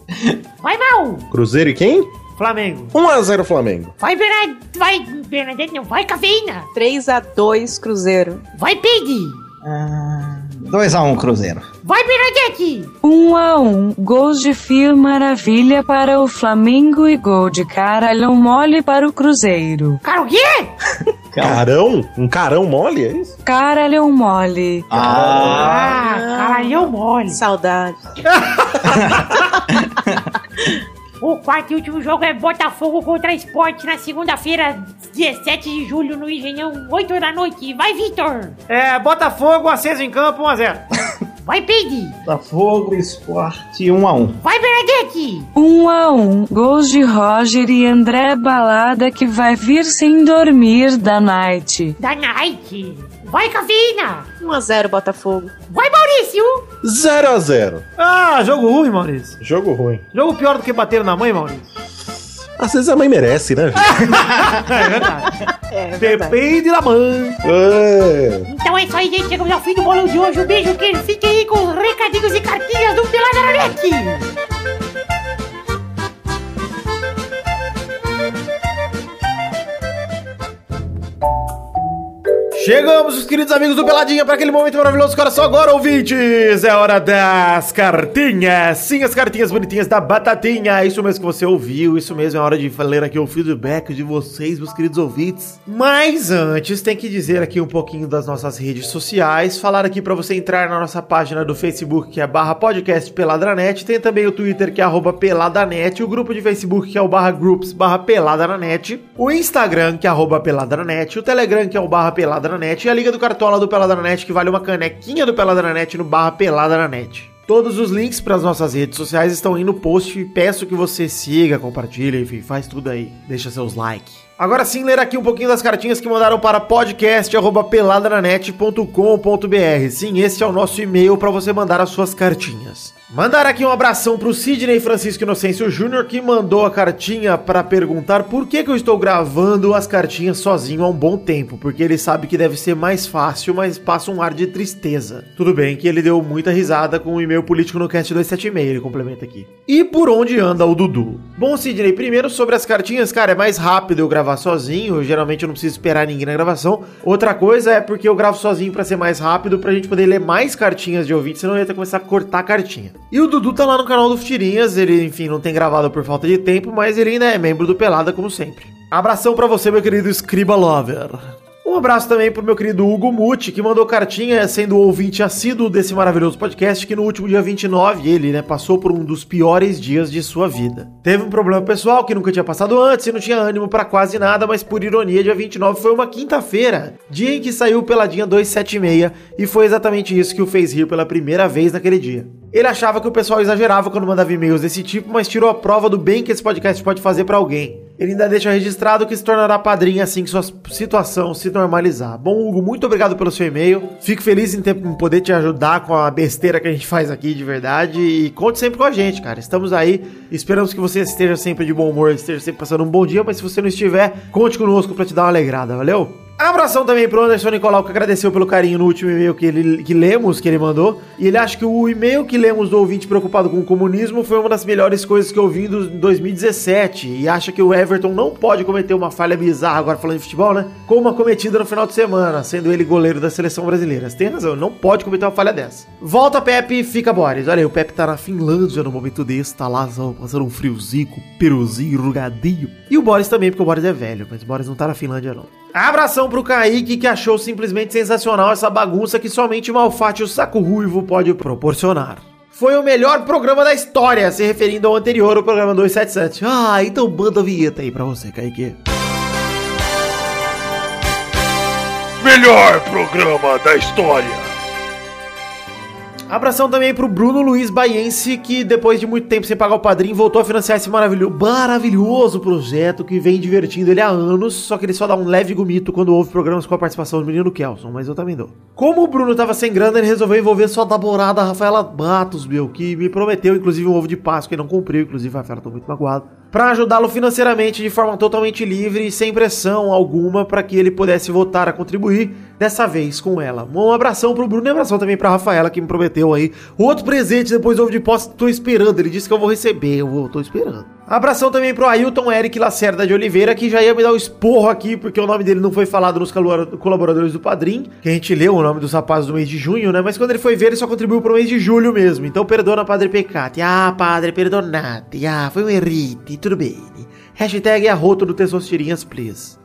Speaker 9: Vai, Mal!
Speaker 6: Cruzeiro e quem?
Speaker 4: Flamengo.
Speaker 6: 1x0 Flamengo.
Speaker 9: Vai, Bernadette! Vai, Bernadette, não! Vai, Cafeína!
Speaker 8: 3 a 2 Cruzeiro.
Speaker 9: Vai, Peide!
Speaker 3: Ah, 2x1 Cruzeiro.
Speaker 9: Vai, Bernadette!
Speaker 10: 1 a 1 gols de Fio Maravilha para o Flamengo e gol de Caralhão Mole para o Cruzeiro.
Speaker 9: Cara, o quê?
Speaker 6: Carão? Um carão mole, é isso?
Speaker 10: Caralhão Mole.
Speaker 9: Ah, caralhão mole.
Speaker 8: Saudade.
Speaker 9: O quarto e último jogo é Botafogo contra Esporte na segunda-feira, 17 de julho, no Engenhão, 8 da noite. Vai, Vitor!
Speaker 4: É, Botafogo, aceso em campo, 1x0.
Speaker 9: Vai, Pig!
Speaker 3: Botafogo, esporte 1x1.
Speaker 9: Vai, Bernadette!
Speaker 10: 1 a 1 gols de Roger e André Balada que vai vir sem dormir da night.
Speaker 9: Da Nike! Vai, Cafeína!
Speaker 8: 1x0 Botafogo.
Speaker 9: Vai, Maurício!
Speaker 6: 0x0.
Speaker 4: Ah, jogo ruim, Maurício.
Speaker 6: Jogo ruim.
Speaker 4: Jogo pior do que bater na mãe, Maurício.
Speaker 6: Às vezes a mãe merece, né? gente?
Speaker 4: É verdade.
Speaker 8: É, verdade.
Speaker 4: Depende da mãe.
Speaker 6: É.
Speaker 9: Então é isso aí, gente. Chegamos ao fim do bolão de hoje. Um beijo, que fiquem aí com os recadinhos e cartinhas do Peladranet!
Speaker 4: Chegamos, os queridos amigos do Peladinha, para aquele momento maravilhoso. Cara, só agora, ouvintes, é hora das cartinhas. Sim, as cartinhas bonitinhas da Batatinha. É Isso mesmo que você ouviu, isso mesmo. É hora de ler aqui o feedback de vocês, meus queridos ouvintes. Mas antes, tem que dizer aqui um pouquinho das nossas redes sociais. Falar aqui para você entrar na nossa página do Facebook, que é barra podcast Peladranet. Tem também o Twitter, que é arroba Peladanet. O grupo de Facebook, que é o barra groups barra Peladranet. O Instagram, que é arroba Peladranet. O Telegram, que é o barra Peladranet. E a Liga do Cartola do Peladranet, que vale uma canequinha do Peladranet no barra Peladranet. Todos os links para as nossas redes sociais estão aí no post. e Peço que você siga, compartilhe, enfim, faz tudo aí. Deixa seus likes. Agora sim, ler aqui um pouquinho das cartinhas que mandaram para podcast@peladranet.com.br. Sim, esse é o nosso e-mail para você mandar as suas cartinhas. Mandar aqui um abração pro Sidney Francisco Inocêncio Júnior que mandou a cartinha para perguntar por que, que eu estou gravando as cartinhas sozinho há um bom tempo, porque ele sabe que deve ser mais fácil, mas passa um ar de tristeza. Tudo bem que ele deu muita risada com o e-mail político no cast 276, ele complementa aqui. E por onde anda o Dudu? Bom, Sidney, primeiro sobre as cartinhas, cara, é mais rápido eu gravar sozinho, eu, geralmente eu não preciso esperar ninguém na gravação. Outra coisa é porque eu gravo sozinho pra ser mais rápido, pra gente poder ler mais cartinhas de ouvinte, senão eu ia ter que começar a cortar a cartinha. E o Dudu tá lá no canal do Futirinhas, ele, enfim, não tem gravado por falta de tempo, mas ele ainda é membro do Pelada, como sempre. Abração pra você, meu querido Scriba Lover. Um abraço também pro meu querido Hugo Muti, que mandou cartinha sendo ouvinte assíduo desse maravilhoso podcast, que no último dia 29 ele, né, passou por um dos piores dias de sua vida. Teve um problema pessoal que nunca tinha passado antes e não tinha ânimo pra quase nada, mas por ironia, dia 29 foi uma quinta-feira, dia em que saiu o Peladinha 276, e foi exatamente isso que o fez rir pela primeira vez naquele dia. Ele achava que o pessoal exagerava quando mandava e-mails desse tipo, mas tirou a prova do bem que esse podcast pode fazer pra alguém. Ele ainda deixa registrado que se tornará padrinho assim que sua situação se normalizar. Bom, Hugo, muito obrigado pelo seu e-mail. Fico feliz em, ter, em poder te ajudar com a besteira que a gente faz aqui de verdade. E conte sempre com a gente, cara. Estamos aí. Esperamos que você esteja sempre de bom humor, esteja sempre passando um bom dia. Mas se você não estiver, conte conosco pra te dar uma alegrada, valeu? Abração também pro Anderson Nicolau, que agradeceu pelo carinho no último e-mail que, ele, que lemos, que ele mandou. E ele acha que o e-mail que lemos do ouvinte preocupado com o comunismo foi uma das melhores coisas que eu vi em 2017. E acha que o Everton não pode cometer uma falha bizarra, agora falando de futebol, né? Como a cometida no final de semana, sendo ele goleiro da seleção brasileira. Você tem razão, não pode cometer uma falha dessa. Volta, Pepe, fica Boris. Olha aí, o Pepe tá na Finlândia no momento desse, tá lá só passando um friozinho, com peruzinho, rugadinho. E o Boris também, porque o Boris é velho, mas o Boris não tá na Finlândia, não. Abração pro Kaique que achou simplesmente sensacional essa bagunça que somente o Malfate e o Saco Ruivo pode proporcionar. Foi o melhor programa da história, se referindo ao anterior, o programa 277. Ah, então manda a vinheta aí pra você, Kaique.
Speaker 1: Melhor programa da história.
Speaker 4: Abração também pro Bruno Luiz Baiense, que depois de muito tempo sem pagar o padrinho, voltou a financiar esse maravilhoso, maravilhoso projeto que vem divertindo ele há anos, só que ele só dá um leve gomito quando houve programas com a participação do menino Kelson, mas eu também dou. Como o Bruno tava sem grana, ele resolveu envolver sua namorada Rafaela Matos, meu, que me prometeu inclusive um ovo de Páscoa e não cumpriu, inclusive, Rafaela, tô muito magoado. Pra ajudá-lo financeiramente de forma totalmente livre e sem pressão alguma para que ele pudesse voltar a contribuir, dessa vez com ela. Um abração pro Bruno e um abração também pra Rafaela que me prometeu aí outro presente depois do ovo de posse, tô esperando, ele disse que eu vou receber, eu vou, tô esperando. Abração também pro Ailton Eric Lacerda de Oliveira, que já ia me dar o esporro aqui, porque o nome dele não foi falado nos calor- colaboradores do Padrim, que a gente leu o nome dos rapazes do mês de junho, né? Mas quando ele foi ver, ele só contribuiu pro mês de julho mesmo. Então perdona, Padre Pecati. Ah, Padre, perdonate. Ah, foi um errite. Tudo bem. Hashtag arroto do Testosterinhas, please.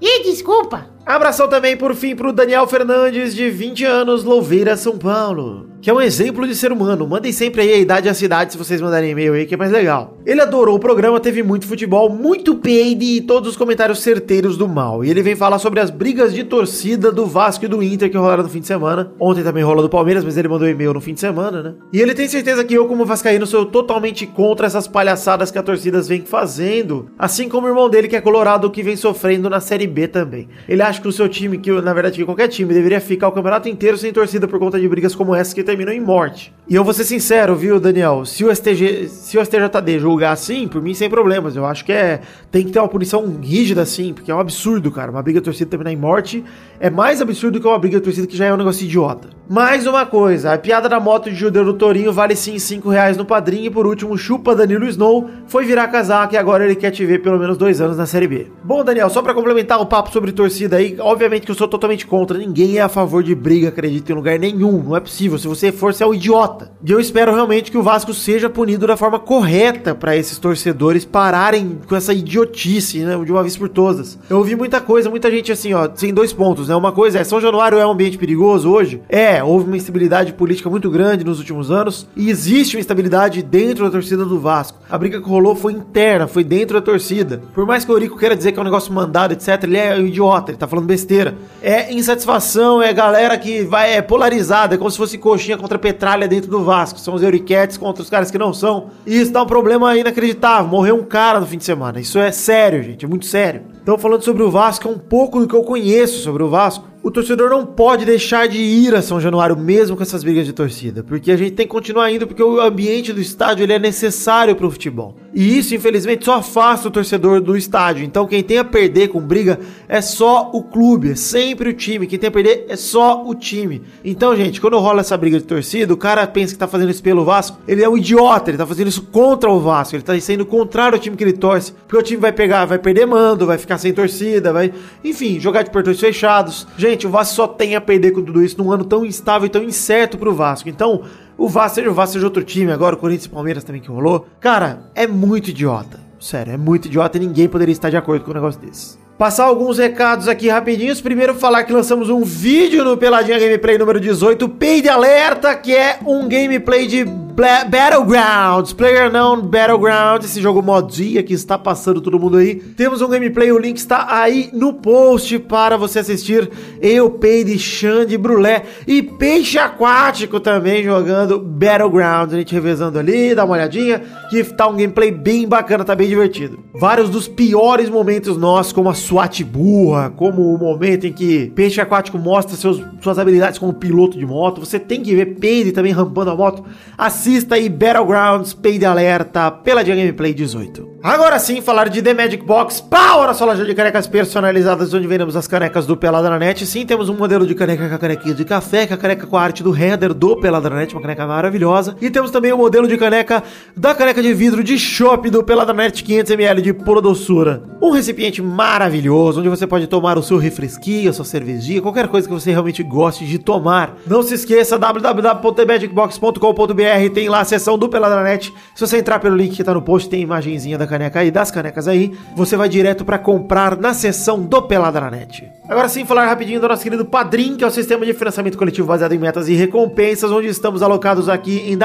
Speaker 9: E desculpa.
Speaker 4: Abração também, por fim, pro Daniel Fernandes, de 20 anos, Louveira, São Paulo. Que é um exemplo de ser humano. Mandem sempre aí a idade e a cidade se vocês mandarem e-mail aí, que é mais legal. Ele adorou o programa, teve muito futebol, muito peide e todos os comentários certeiros do mal. E ele vem falar sobre as brigas de torcida do Vasco e do Inter que rolaram no fim de semana. Ontem também rolou do Palmeiras, mas ele mandou e-mail no fim de semana, né? E ele tem certeza que eu, como vascaíno, sou totalmente contra essas palhaçadas que a torcida vem fazendo. Assim como o irmão dele, que é colorado, que vem sofrendo na Série B também. Ele acha que o seu time, que na verdade que qualquer time, deveria ficar o campeonato inteiro sem torcida por conta de brigas como essa que terminam em morte. E eu vou ser sincero, viu, Daniel? Se o, STG, se o STJD julgar assim, por mim sem problemas. Eu acho que é tem que ter uma punição rígida assim, porque é um absurdo, cara. Uma briga de torcida terminar em morte é mais absurdo que uma briga de torcida que já é um negócio idiota. Mais uma coisa, a piada da moto de judeu do Torinho vale sim 5 reais no padrinho e por último, chupa Danilo Snow, foi virar casaca e agora ele quer te ver pelo menos dois anos na Série B. Bom, Daniel, só pra complementar o papo sobre torcida aí, obviamente que eu sou totalmente contra, ninguém é a favor de briga, acredito, em lugar nenhum, não é possível, se você for, você é um idiota. E eu espero realmente que o Vasco seja punido da forma correta pra esses torcedores pararem com essa idiotice, né, de uma vez por todas. Eu ouvi muita coisa, muita gente assim, ó, sem dois pontos, né, uma coisa é, São Januário é um ambiente perigoso hoje? É, houve uma instabilidade política muito grande nos últimos anos e existe uma instabilidade dentro da torcida do Vasco. A briga que rolou foi interna, foi dentro da torcida. Por mais que o Eurico queira dizer que é um negócio mandado, etc, ele é um idiota, ele tá falando besteira. É insatisfação, é galera que vai é polarizada, é como se fosse coxinha contra petralha dentro do Vasco. São os Euriquetes contra os caras que não são. E isso dá um problema inacreditável. Morreu um cara no fim de semana. Isso é sério, gente, é muito sério. Então, falando sobre o Vasco, é um pouco do que eu conheço sobre o Vasco. O torcedor não pode deixar de ir a São Januário mesmo com essas brigas de torcida, porque a gente tem que continuar indo porque o ambiente do estádio ele é necessário para o futebol. E isso, infelizmente, só afasta o torcedor do estádio. Então, quem tem a perder com briga é só o clube, é sempre o time. Quem tem a perder é só o time. Então, gente, quando rola essa briga de torcida, o cara pensa que tá fazendo isso pelo Vasco, ele é um idiota, ele tá fazendo isso contra o Vasco, ele tá sendo contrário ao time que ele torce, porque o time vai pegar, vai perder mando, vai ficar sem torcida, vai, enfim, jogar de portões fechados. Gente, o Vasco só tem a perder com tudo isso num ano tão instável e tão incerto pro Vasco. Então, o Vasco, seja o Vasco, seja outro time, agora o Corinthians e Palmeiras também que rolou. Cara, é muito idiota. Sério, é muito idiota e ninguém poderia estar de acordo com um negócio desse. Passar alguns recados aqui rapidinhos. Primeiro, falar que lançamos um vídeo no Peladinha Gameplay número 18, Peide Alerta, que é um gameplay de Bla- Battlegrounds, PlayerUnknown Battlegrounds, esse jogo modinha que está passando todo mundo aí. Temos um gameplay, o link está aí no post para você assistir. Eu, Peide, Xande, Brulé e Peixe Aquático também jogando Battlegrounds. A gente revezando ali, dá uma olhadinha, que tá um gameplay bem bacana, tá bem divertido. Vários dos piores momentos nossos, como a SWAT burra, como o momento em que Peixe Aquático mostra seus, suas habilidades como piloto de moto. Você tem que ver Peide também rampando a moto. Assista aí Battlegrounds, Peide Alerta, pela Dia Gameplay 18. Agora sim, falar de The Magic Box Power, a sua loja de canecas personalizadas, onde vendemos as canecas do Pelada na Net. Sim, temos um modelo de caneca com a canequinha de café, com a caneca com a arte do render do Pelada na Net, uma caneca maravilhosa. E temos também o modelo de caneca da caneca de vidro de chopp do Pelada na Net 500ml de pura doçura. Um recipiente maravilhoso, onde você pode tomar o seu refresquinho, a sua cervejinha, qualquer coisa que você realmente goste de tomar. Não se esqueça, www.themagicbox.com.br tem lá a seção do Pelada na Net. Se você entrar pelo link que tá no post, tem imagenzinha da caneca aí, das canecas aí. Você vai direto para comprar na seção do Pelada na Net. Agora sim, falar rapidinho do nosso querido Padrim, que é o sistema de financiamento coletivo baseado em metas e recompensas, onde estamos alocados aqui em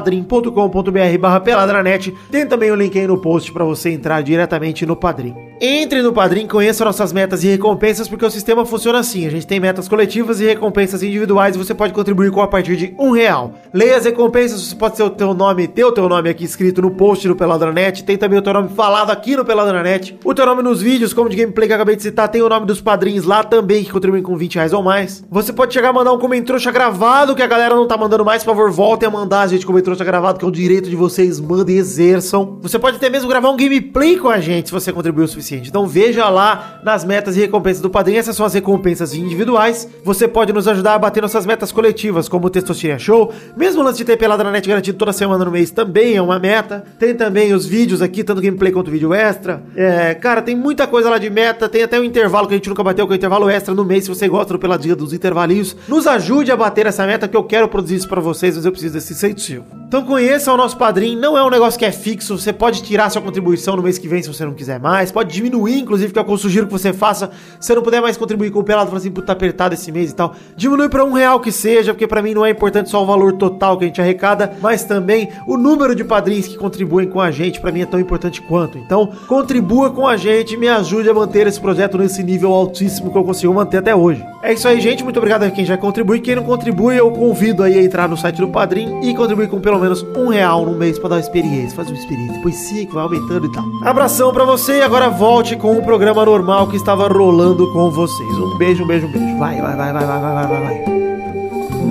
Speaker 4: www.padrim.com.br barra peladranet. Tem também o link aí no post para você entrar diretamente no Padrim. Entre no Padrim, conheça nossas metas e recompensas, porque o sistema funciona assim. A gente tem metas coletivas e recompensas individuais e você pode contribuir com a partir de um real. Leia as recompensas, você pode ter o teu nome, ter o teu nome aqui escrito no post do Peladranet, tem também o teu nome falado aqui no Peladranet, o teu nome nos vídeos, como de gameplay que eu acabei de citar, tem o nome dos padrinhos lá também, que contribuem com 20 reais ou mais. Você pode chegar a mandar um comentrouxa gravado, que a galera não tá mandando mais, por favor, voltem a mandar, gente, comentrouxa gravado, que é o direito de vocês, mandem e exerçam. Você pode até mesmo gravar um gameplay com a gente, se você contribuir o suficiente suficiente. Então veja lá nas metas e recompensas do padrinho. Essas são as recompensas individuais. Você pode nos ajudar a bater nossas metas coletivas, como o Testosterone Show. Mesmo o lance de ter pelada na net garantido toda semana no mês também é uma meta. Tem também os vídeos aqui, tanto gameplay quanto vídeo extra. É, cara, tem muita coisa lá de meta. Tem até um intervalo que a gente nunca bateu, que é o intervalo extra no mês. Se você gosta do Peladinha dos intervalinhos, nos ajude a bater essa meta, que eu quero produzir isso pra vocês, mas eu preciso desse incentivo. Então conheça o nosso padrinho. Não é um negócio que é fixo. Você pode tirar sua contribuição no mês que vem se você não quiser mais. Pode diminuir, inclusive, que é o que eu sugiro que você faça. Se você não puder mais contribuir com o Pelado, fala assim, puta, tá apertado esse mês e tal. Diminui pra um real que seja, porque pra mim não é importante só o valor total que a gente arrecada, mas também o número de padrinhos que contribuem com a gente, pra mim é tão importante quanto. Então, contribua com a gente, me ajude a manter esse projeto nesse nível altíssimo que eu consigo manter até hoje. É isso aí, gente. Muito obrigado a quem já contribui. Quem não contribui, eu convido aí a entrar no site do Padrim e contribuir com pelo menos um real no mês pra dar uma experiência. Faz uma experiência, depois sim, que vai aumentando e tal. Abração pra você e agora volte com o programa normal que estava rolando com vocês. Um beijo, um beijo, um beijo. Vai, vai, vai, vai, vai, vai, vai, vai, vai.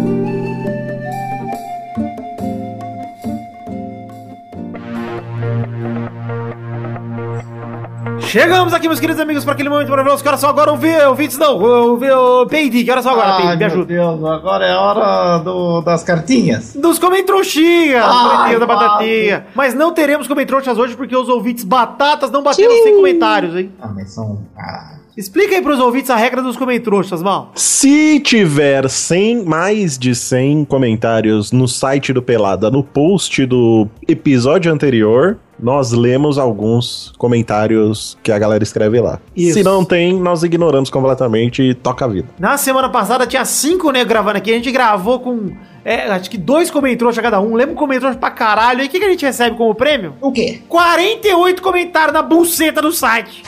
Speaker 4: Chegamos aqui, meus queridos amigos, para aquele momento maravilhoso. Que hora só agora ouvir, ouvintes não, ouvir o Peidi. Que hora só agora, Peidi, me
Speaker 3: Ah, meu
Speaker 4: ajuda.
Speaker 3: Deus, agora é hora do- das cartinhas.
Speaker 4: Dos comentrouxinhas,
Speaker 3: Ai,
Speaker 4: comentrinhas da
Speaker 3: vale.
Speaker 4: batatinha. Mas não teremos comentrouxas hoje porque os ouvintes batatas não bateram sem comentários, hein?
Speaker 3: Ah, mas são. Ah,
Speaker 4: Explica aí pros ouvintes a regra dos comentrouxas, mal.
Speaker 6: Se tiver 100, mais de 100 comentários no site do Pelada, no post do episódio anterior, nós lemos alguns comentários que a galera escreve lá.
Speaker 4: Isso.
Speaker 6: Se não tem, nós ignoramos completamente e toca a vida.
Speaker 4: Na semana passada tinha cinco negros gravando aqui. A gente gravou com, é, acho que dois comentrouxas cada um. Lembra um comentrouxa pra caralho. E o que, que a gente recebe como prêmio?
Speaker 3: O quê?
Speaker 4: 48 comentários na buceta do site.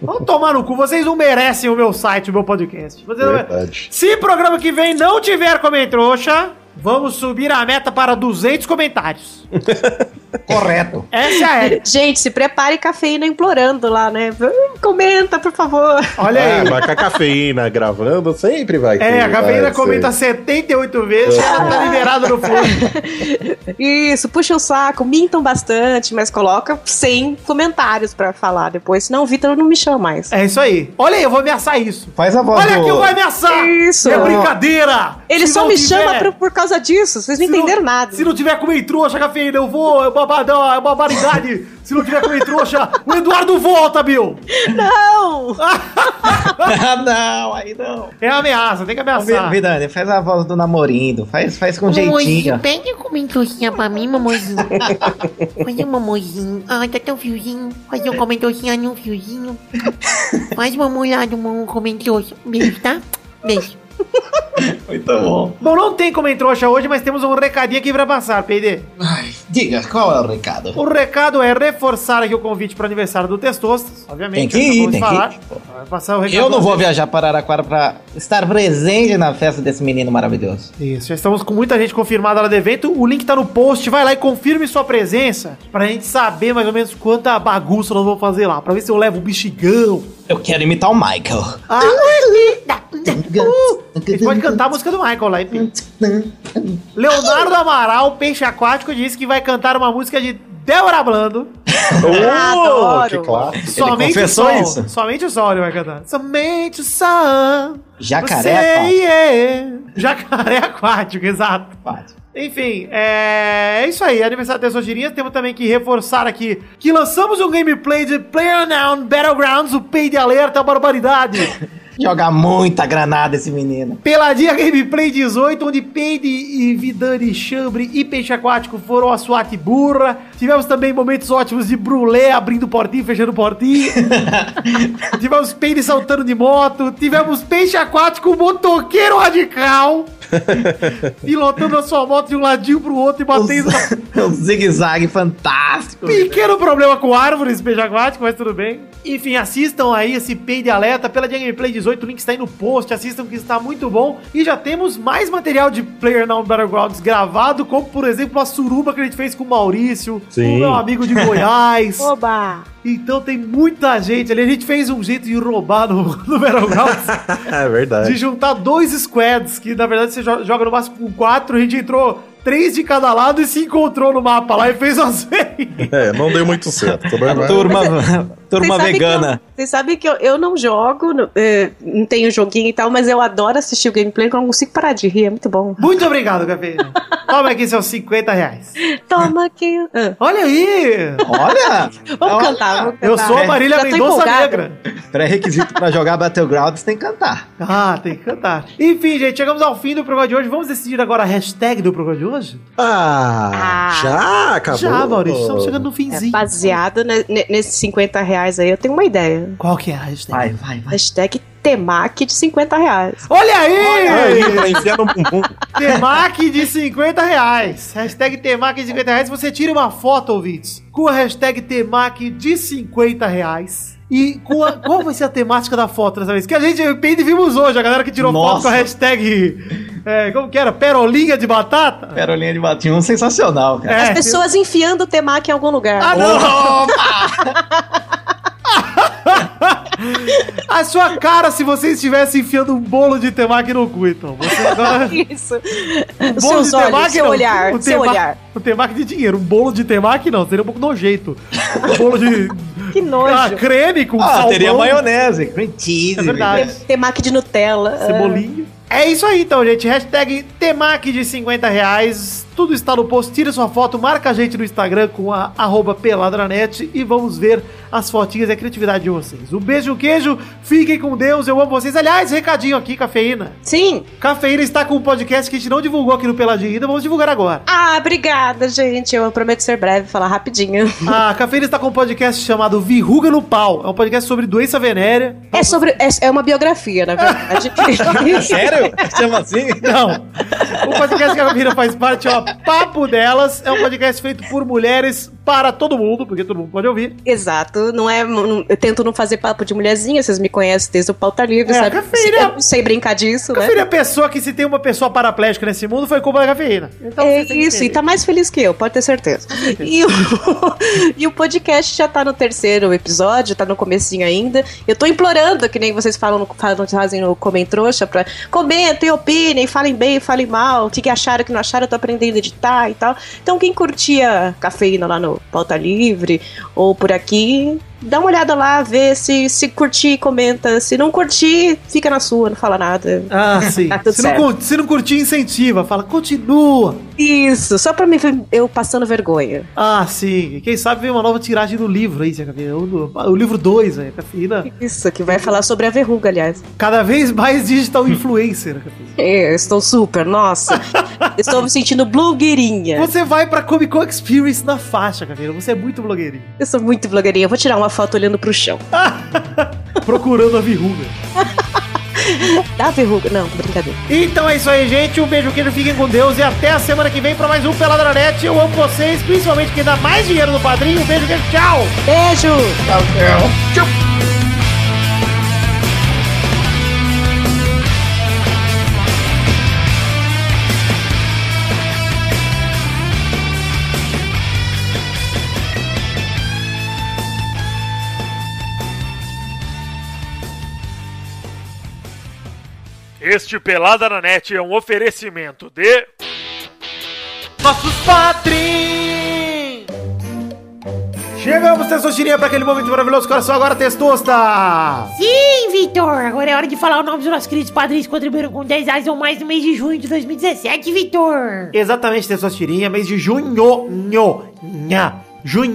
Speaker 4: Vão tomar no cu. Vocês não merecem o meu site, o meu podcast. Vocês não é? merecem.
Speaker 6: Verdade.
Speaker 4: Se programa que vem não tiver comentrouxa, vamos subir a meta para 200 comentários.
Speaker 3: correto.
Speaker 4: Essa é a
Speaker 8: (laughs)
Speaker 4: regra.
Speaker 8: Gente, se prepare cafeína implorando lá, né? Hum, Comenta, por favor.
Speaker 4: Olha aí.
Speaker 6: Ah, mas com a cafeína gravando sempre vai ter.
Speaker 4: É, a
Speaker 6: vai
Speaker 4: Gabriela
Speaker 6: ser.
Speaker 4: comenta 78 vezes, ela tá liberada no fundo.
Speaker 8: Isso, puxa o saco, mintam bastante, mas coloca sem comentários pra falar depois, senão o Vitor não me chama mais.
Speaker 4: É isso aí. Olha aí, eu vou ameaçar isso.
Speaker 3: Faz a voz
Speaker 4: Olha
Speaker 3: do.
Speaker 4: aqui, eu vou ameaçar!
Speaker 8: Isso.
Speaker 4: É brincadeira!
Speaker 8: Ele
Speaker 4: Se
Speaker 8: só
Speaker 4: não
Speaker 8: me
Speaker 4: tiver-
Speaker 8: chama por, por causa disso, vocês não
Speaker 4: se não-
Speaker 8: entenderam nada.
Speaker 4: Se não tiver com trouxa, Gabriela, eu vou, é babadão, é barbaridade. Se não tiver com trouxa, o Eduardo volta, Bill!
Speaker 8: Não!
Speaker 3: (laughs) Ah, não, aí não.
Speaker 4: É ameaça, tem que ameaçar.
Speaker 3: Vidani, faz a voz do namorindo. Faz, faz com
Speaker 7: Mamãozinho,
Speaker 3: jeitinho.
Speaker 7: pede um comentocinha pra mim,
Speaker 3: (laughs)
Speaker 7: mamãozinho. Olha, mamãozinho. Ai, tá tão fiozinho. Fazer um comentocinha num fiozinho. Faz mamãe lá do
Speaker 9: um
Speaker 7: mamão comentocinha. Beijo, tá? Beijo.
Speaker 3: Muito bom.
Speaker 4: Bom, não tem comentrouxa hoje, mas temos um recadinho aqui pra passar, PD.
Speaker 3: Ai, diga, qual é o recado?
Speaker 4: O recado é reforçar aqui o convite pro aniversário do Testostas, obviamente.
Speaker 3: Tem que ir,
Speaker 4: acabamos de
Speaker 3: tem que
Speaker 4: Vai Passar o recado
Speaker 3: Eu não vou viajar para Araquara para estar presente na festa desse menino maravilhoso.
Speaker 4: Isso, já estamos com muita gente confirmada lá do evento. O link tá no post, vai lá e confirme sua presença pra gente saber mais ou menos quanta bagunça nós vamos fazer lá, pra ver se eu levo o bexigão.
Speaker 3: Eu quero imitar o Michael.
Speaker 4: Ah, a gente Uh, pode cantar a música do Michael lá, enfim. Leonardo Amaral, peixe aquático, disse que vai cantar uma música de
Speaker 3: (laughs)
Speaker 4: Débora Blando. Ah,
Speaker 6: Oh,
Speaker 4: tá,
Speaker 8: Adoro.
Speaker 6: que claro.
Speaker 4: Somente o
Speaker 3: confessou
Speaker 4: sol.
Speaker 3: isso?
Speaker 4: Somente o sol ele vai cantar. Somente o sol.
Speaker 3: Jacaré,
Speaker 4: Você é. Jacaré aquático, (laughs) exato.
Speaker 3: Pátio.
Speaker 4: Enfim, é, é isso aí. Aniversário das Sogerinhas. Temos também que reforçar aqui que lançamos um gameplay de PlayerUnknown Battlegrounds, o pay de alerta, barbaridade.
Speaker 3: Joga muita granada esse menino.
Speaker 4: Peladinha Gameplay 18, onde Peide e Vidani, Chambre e Peixe Aquático foram a SWAT burra. Tivemos também momentos ótimos de Brulé abrindo portinho, e fechando portinho. Tivemos Peide saltando de moto. Tivemos Peixe Aquático, motoqueiro radical. pilotando a sua moto de um ladinho pro outro e batendo na
Speaker 3: (laughs) Um zigue-zague fantástico.
Speaker 4: Pequeno problema com árvores, peixe aquático, mas tudo bem. Enfim, assistam aí esse Pay de Alerta pela Gameplay 18, o link está aí no post, assistam que está muito bom. E já temos mais material de Player Now Battlegrounds gravado, como por exemplo a suruba que a gente fez com o Maurício, com o
Speaker 6: Sim.
Speaker 4: meu amigo
Speaker 9: (laughs)
Speaker 4: de Goiás.
Speaker 8: Oba!
Speaker 4: então tem muita gente ali, a gente fez um jeito de roubar no, (laughs) no Battlegrounds.
Speaker 6: É
Speaker 4: De
Speaker 6: verdade.
Speaker 4: juntar dois squads, que na verdade você jo- joga no máximo com quatro, a gente entrou três de cada lado e se encontrou no mapa lá e fez as (laughs) vezes.
Speaker 6: É, não deu muito
Speaker 4: (laughs)
Speaker 6: certo.
Speaker 3: A turma, turma
Speaker 8: sabem que eu-
Speaker 3: vegana.
Speaker 8: Vocês sabem que eu, eu não jogo, não, é, não tenho joguinho e tal, mas eu adoro assistir o gameplay, que eu não consigo parar de rir, é muito bom.
Speaker 4: Muito
Speaker 8: (laughs)
Speaker 4: obrigado, cafeína. Toma aqui seus 50 reais.
Speaker 8: Toma aqui. Ah,
Speaker 4: Olha aí!
Speaker 3: Olha! Olha,
Speaker 8: vamos cantar, vamos cantar. É.
Speaker 4: Eu sou a Marília
Speaker 8: Já tô
Speaker 4: Mendonça
Speaker 8: empolgada.
Speaker 4: Negra.
Speaker 3: Pré-requisito pra jogar Battlegrounds tem que cantar.
Speaker 4: Ah, tem que cantar. Enfim, gente, chegamos ao fim do programa de hoje. Vamos decidir agora a hashtag do programa de hoje?
Speaker 6: Ah,
Speaker 8: Ah.
Speaker 6: já acabou.
Speaker 4: Já, Maurício, um estamos chegando no
Speaker 8: É,
Speaker 4: finzinho.
Speaker 8: baseado ne- ne- nesses 50 reais aí, eu tenho uma ideia.
Speaker 4: Qual que é a hashtag?
Speaker 3: Vai, vai, vai.
Speaker 8: Hashtag Temac de 50 reais.
Speaker 4: Olha aí!
Speaker 6: Aí, pra enfiar no bumbum.
Speaker 4: Temac de 50 reais. Hashtag Temac de 50 reais. Você tira uma foto, ouvintes, com a hashtag Temac de 50 reais. E com a- qual vai ser a temática da foto dessa vez? Que a gente arrepende e vimos hoje, a galera que tirou foto
Speaker 3: Nossa.
Speaker 4: com a hashtag. é, como que era? Perolinha de batata? É.
Speaker 3: Perolinha de Batinho, sensacional, cara.
Speaker 8: As pessoas enfiando o Temac em algum lugar.
Speaker 4: Ah, não! a sua cara se você estivesse enfiando um bolo de temaki no cu, então. Você agora...
Speaker 8: (laughs) Isso.
Speaker 4: Um bolo
Speaker 8: Seus
Speaker 4: de
Speaker 8: olhos,
Speaker 4: temaki,
Speaker 8: seu
Speaker 4: não.
Speaker 8: olhar,
Speaker 4: Um
Speaker 8: seu
Speaker 4: temaki-
Speaker 8: olhar.
Speaker 4: Um temaki de dinheiro. Um bolo de temaki, não. Seria um pouco nojento.
Speaker 8: (laughs)
Speaker 4: Um bolo de
Speaker 8: Que
Speaker 4: ah,
Speaker 8: nojo.
Speaker 4: creme com
Speaker 3: Ah,
Speaker 4: salmão.
Speaker 3: teria maionese, cream cheese.
Speaker 4: É verdade.
Speaker 8: Temac de Nutella. Ah.
Speaker 4: Cebolinha. É isso aí então, gente. Hashtag Temac de 50 reais. Tudo está no post. Tira sua foto, marca a gente no Instagram com a arroba peladranet e vamos ver as fotinhas e a criatividade de vocês. Um beijo, um queijo. Fiquem com Deus. Eu amo vocês. Aliás, recadinho aqui, Cafeína.
Speaker 8: Sim.
Speaker 4: Cafeína está com um podcast que a gente não divulgou aqui no Peladinho ainda. Vamos divulgar agora.
Speaker 8: Ah, obrigada, gente. Eu prometo ser breve, falar rapidinho.
Speaker 4: A Cafeína está com um podcast chamado Verruga no Pau. É um podcast sobre doença venérea.
Speaker 8: É sobre. É, é uma biografia, na verdade.
Speaker 3: Sério? Chama (laughs) assim?
Speaker 4: Não. O Um podcast que a Mira faz parte é o Papo Delas. É um podcast feito por mulheres para todo mundo, porque todo mundo pode ouvir.
Speaker 8: Exato. Não é, não- eu tento não fazer papo de mulherzinha, vocês me conhecem desde o pauta livre,
Speaker 4: É,
Speaker 8: sabe?
Speaker 4: cafeína.
Speaker 8: Eu não sei brincar disso, né?
Speaker 4: Cafeína é a pessoa que se tem uma pessoa paraplégica nesse mundo foi culpa da cafeína. Então,
Speaker 8: é
Speaker 4: você tem que
Speaker 8: isso, e
Speaker 4: entender.
Speaker 8: tá mais feliz que eu, pode ter certeza. E o, (laughs) e o podcast já tá no terceiro episódio, tá no comecinho ainda. Eu tô implorando, que nem vocês falam, no- falam fazem no Comem Trouxa, pra comentem, opinem, falem bem, falem mal, o que que acharam, o que não acharam, eu tô aprendendo a editar e tal. Então quem curtia cafeína lá no Pauta Livre ou por aqui, dá uma olhada lá, vê se, se curtir, comenta. Se não curtir, fica na sua, não fala nada.
Speaker 4: Ah, sim.
Speaker 8: Tá tudo
Speaker 4: se, não,
Speaker 8: certo.
Speaker 4: cur- se não curtir, incentiva. Fala, continua.
Speaker 8: Isso, só pra mim ver eu passando vergonha.
Speaker 4: Ah, sim. E Quem sabe vem uma nova tiragem do livro aí, Tia Cafeína. O, do- o livro 2, a cafeína.
Speaker 8: Isso, que vai falar sobre a verruga, aliás.
Speaker 4: Cada vez mais digital influencer, cafeína.
Speaker 8: É, Eu estou super, nossa. estou me sentindo blogueirinha.
Speaker 4: Você vai pra Comic Con Experience na faixa, cafeína. Você é muito blogueirinho.
Speaker 8: Eu sou muito blogueirinha. Eu Vou tirar uma foto olhando pro chão.
Speaker 4: Procurando a verruga.
Speaker 8: Dá verruga. Não, brincadeira.
Speaker 4: Então é isso aí, gente. Um beijo, queijo, fiquem com Deus e até a semana que vem pra mais um Peladranete. Eu amo vocês, principalmente quem dá mais dinheiro no padrinho. Um beijo, queijo, tchau!
Speaker 8: Beijo!
Speaker 11: Este Pelada na Net é um oferecimento de.
Speaker 4: Nossos padrinhos! Chegamos, Testostirinha, pra aquele momento maravilhoso. Coração agora, Testosta!
Speaker 9: Sim, Vitor! Agora é hora de falar o nome dos nossos queridos padrinhos que contribuíram com 10 reais ou mais no mês de junho de 2017, Vitor!
Speaker 4: Exatamente, Testostirinha, mês de junho, nho, nha, junho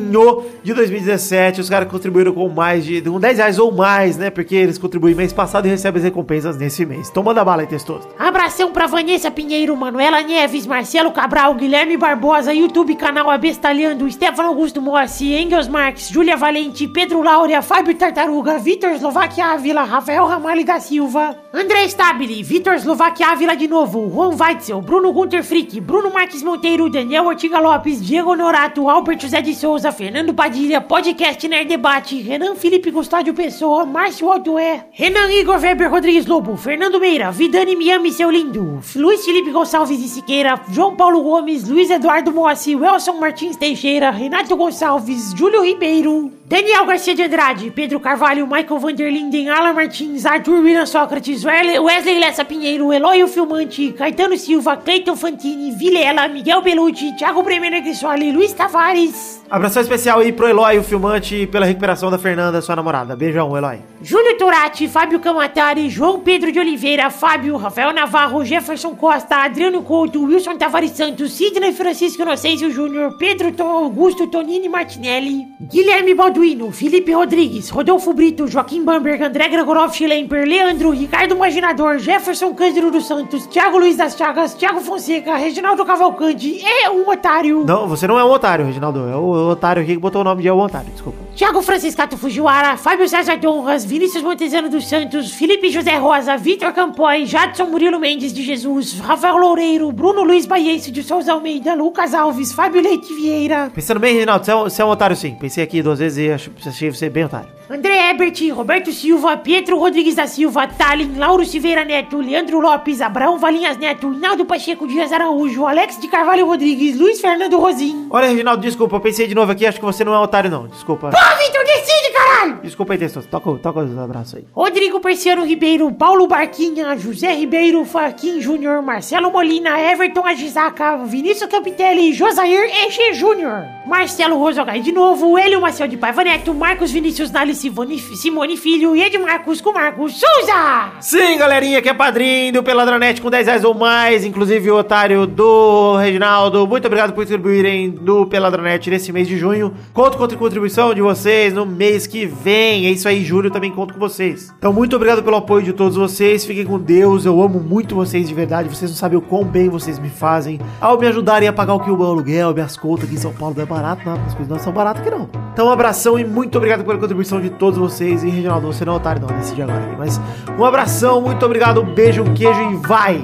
Speaker 4: de 2017, os caras contribuíram com mais de com 10 reais ou mais, né? Porque eles contribuíram mês passado e recebem as recompensas nesse mês. Então manda bala aí, Testosta.
Speaker 9: Abração pra Vanessa Pinheiro, Manuela Neves, Marcelo Cabral, Guilherme Barbosa, YouTube canal Abestalhando, Stefano Augusto Moacir, Engels Marques, Júlia Valente, Pedro Laura, Fábio Tartaruga, Vitor Slovaquia Ávila, Rafael Ramalho da Silva, André Stabile, Vitor Slovaquia Ávila de novo, Juan Weitzel, Bruno Gunter Frick, Bruno Marques Monteiro, Daniel Ortiga Lopes, Diego Norato, Albert José de Souza, Fernando Padilha, Podcast Nerd Debate, Renan Felipe Gustádio Pessoa, Márcio Altoé, é Renan Igor Weber Rodrigues Lobo, Fernando Meira, Vidani Miami, seu lindo, Luiz Felipe Gonçalves de Siqueira, João Paulo Gomes, Luiz Eduardo Moacir, Welson Martins Teixeira, Renato Gonçalves, Júlio Ribeiro, Daniel Garcia de Andrade, Pedro Carvalho, Michael Vanderlinden, Alan Martins, Arthur William Sócrates, Werle- Wesley Lessa Pinheiro, Eloy o Filmante, Caetano Silva, Cleiton Fantini, Vilela, Miguel Belucci, Thiago Bremer Negrissoli, Luiz Tavares,
Speaker 4: Abração especial aí pro Eloy, o filmante, e pela recuperação da Fernanda, sua namorada. Beijão, Eloy.
Speaker 9: Júlio Turati, Fábio Camatari, João Pedro de Oliveira, Fábio, Rafael Navarro, Jefferson Costa, Adriano Couto, Wilson Tavares Santos, Sidney Francisco Inocêncio Júnior, Pedro Tom Augusto Tonini Martinelli, Guilherme Balduino, Felipe Rodrigues, Rodolfo Brito, Joaquim Bamberg, André Gregorovski Lemper, Leandro, Ricardo Maginador, Jefferson Cândido dos Santos, Thiago Luiz das Chagas, Thiago Fonseca, Reginaldo Cavalcante e um otário.
Speaker 4: Não, você não é um otário, Reginaldo. É o otário aqui que botou o nome de é o otário, desculpa.
Speaker 9: Thiago Franciscato Fujiwara, Fábio César Donras, Vinícius Montezano dos Santos, Felipe José Rosa, Vitor Campoy, Jadson Murilo Mendes de Jesus, Rafael Loureiro, Bruno Luiz Baiense de Souza Almeida, Lucas Alves, Fábio Leite Vieira,
Speaker 4: Pensando bem, Reginaldo, você é, um, você é um otário sim. Pensei aqui duas vezes e acho- achei você bem otário.
Speaker 9: André Ebert, Roberto Silva, Pietro Rodrigues da Silva, Tallin, Lauro Silveira Neto, Leandro Lopes, Abraão Valinhas Neto, Naldo Pacheco Dias Araújo, Alex de Carvalho Rodrigues, Luiz Fernando Rosim.
Speaker 4: Olha, Reginaldo, desculpa, eu pensei de novo aqui, acho que você não é um otário não. Desculpa.
Speaker 9: Pô, Vitor, decide, caralho!
Speaker 4: Desculpa aí, Testoso. Toca, o- toca os abraços aí.
Speaker 9: Rodrigo Perciano Ribeiro, Paulo Barquinha, José Ribeiro, Faquin Júnior, Marcelo Molina, Everton Agisaca, Vinícius Campitelli, Josair Eche Júnior, Marcelo Rosogai de novo, Hélio Marcel de Paiva Neto, Marcos Vinícius Nali Simone, Simone Filho e Edmarcos com Marcos Souza!
Speaker 4: Sim, galerinha que é padrinho do Peladronete com 10 reais ou mais, inclusive o otário do Reginaldo. Muito obrigado por contribuírem do Peladronete nesse mês de junho. Conto com a contribuição de vocês no mês que vem. É isso aí, julho, também conto com vocês. Então, muito obrigado pelo apoio de todos vocês. Fiquem com Deus. Eu amo muito vocês de verdade. Vocês não sabem o quão bem vocês me fazem ao me ajudarem a pagar o que o meu aluguel, minhas contas aqui em São Paulo não é barato, nada. As coisas não são baratas aqui não. Então, um abração e muito obrigado pela contribuição de todos vocês. E, Reginaldo, você não é otário, não, decide agora. hein? Mas um abração, muito obrigado, um beijo, um queijo e vai!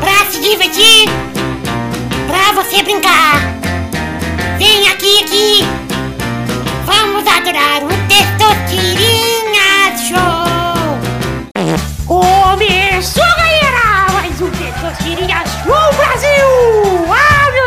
Speaker 12: pra se divertir, pra você brincar. Vem aqui, aqui, vamos adorar o Testosterinha Show.
Speaker 9: Começou, galera! Mais um Testosterinha Show Brasil! Ah, meu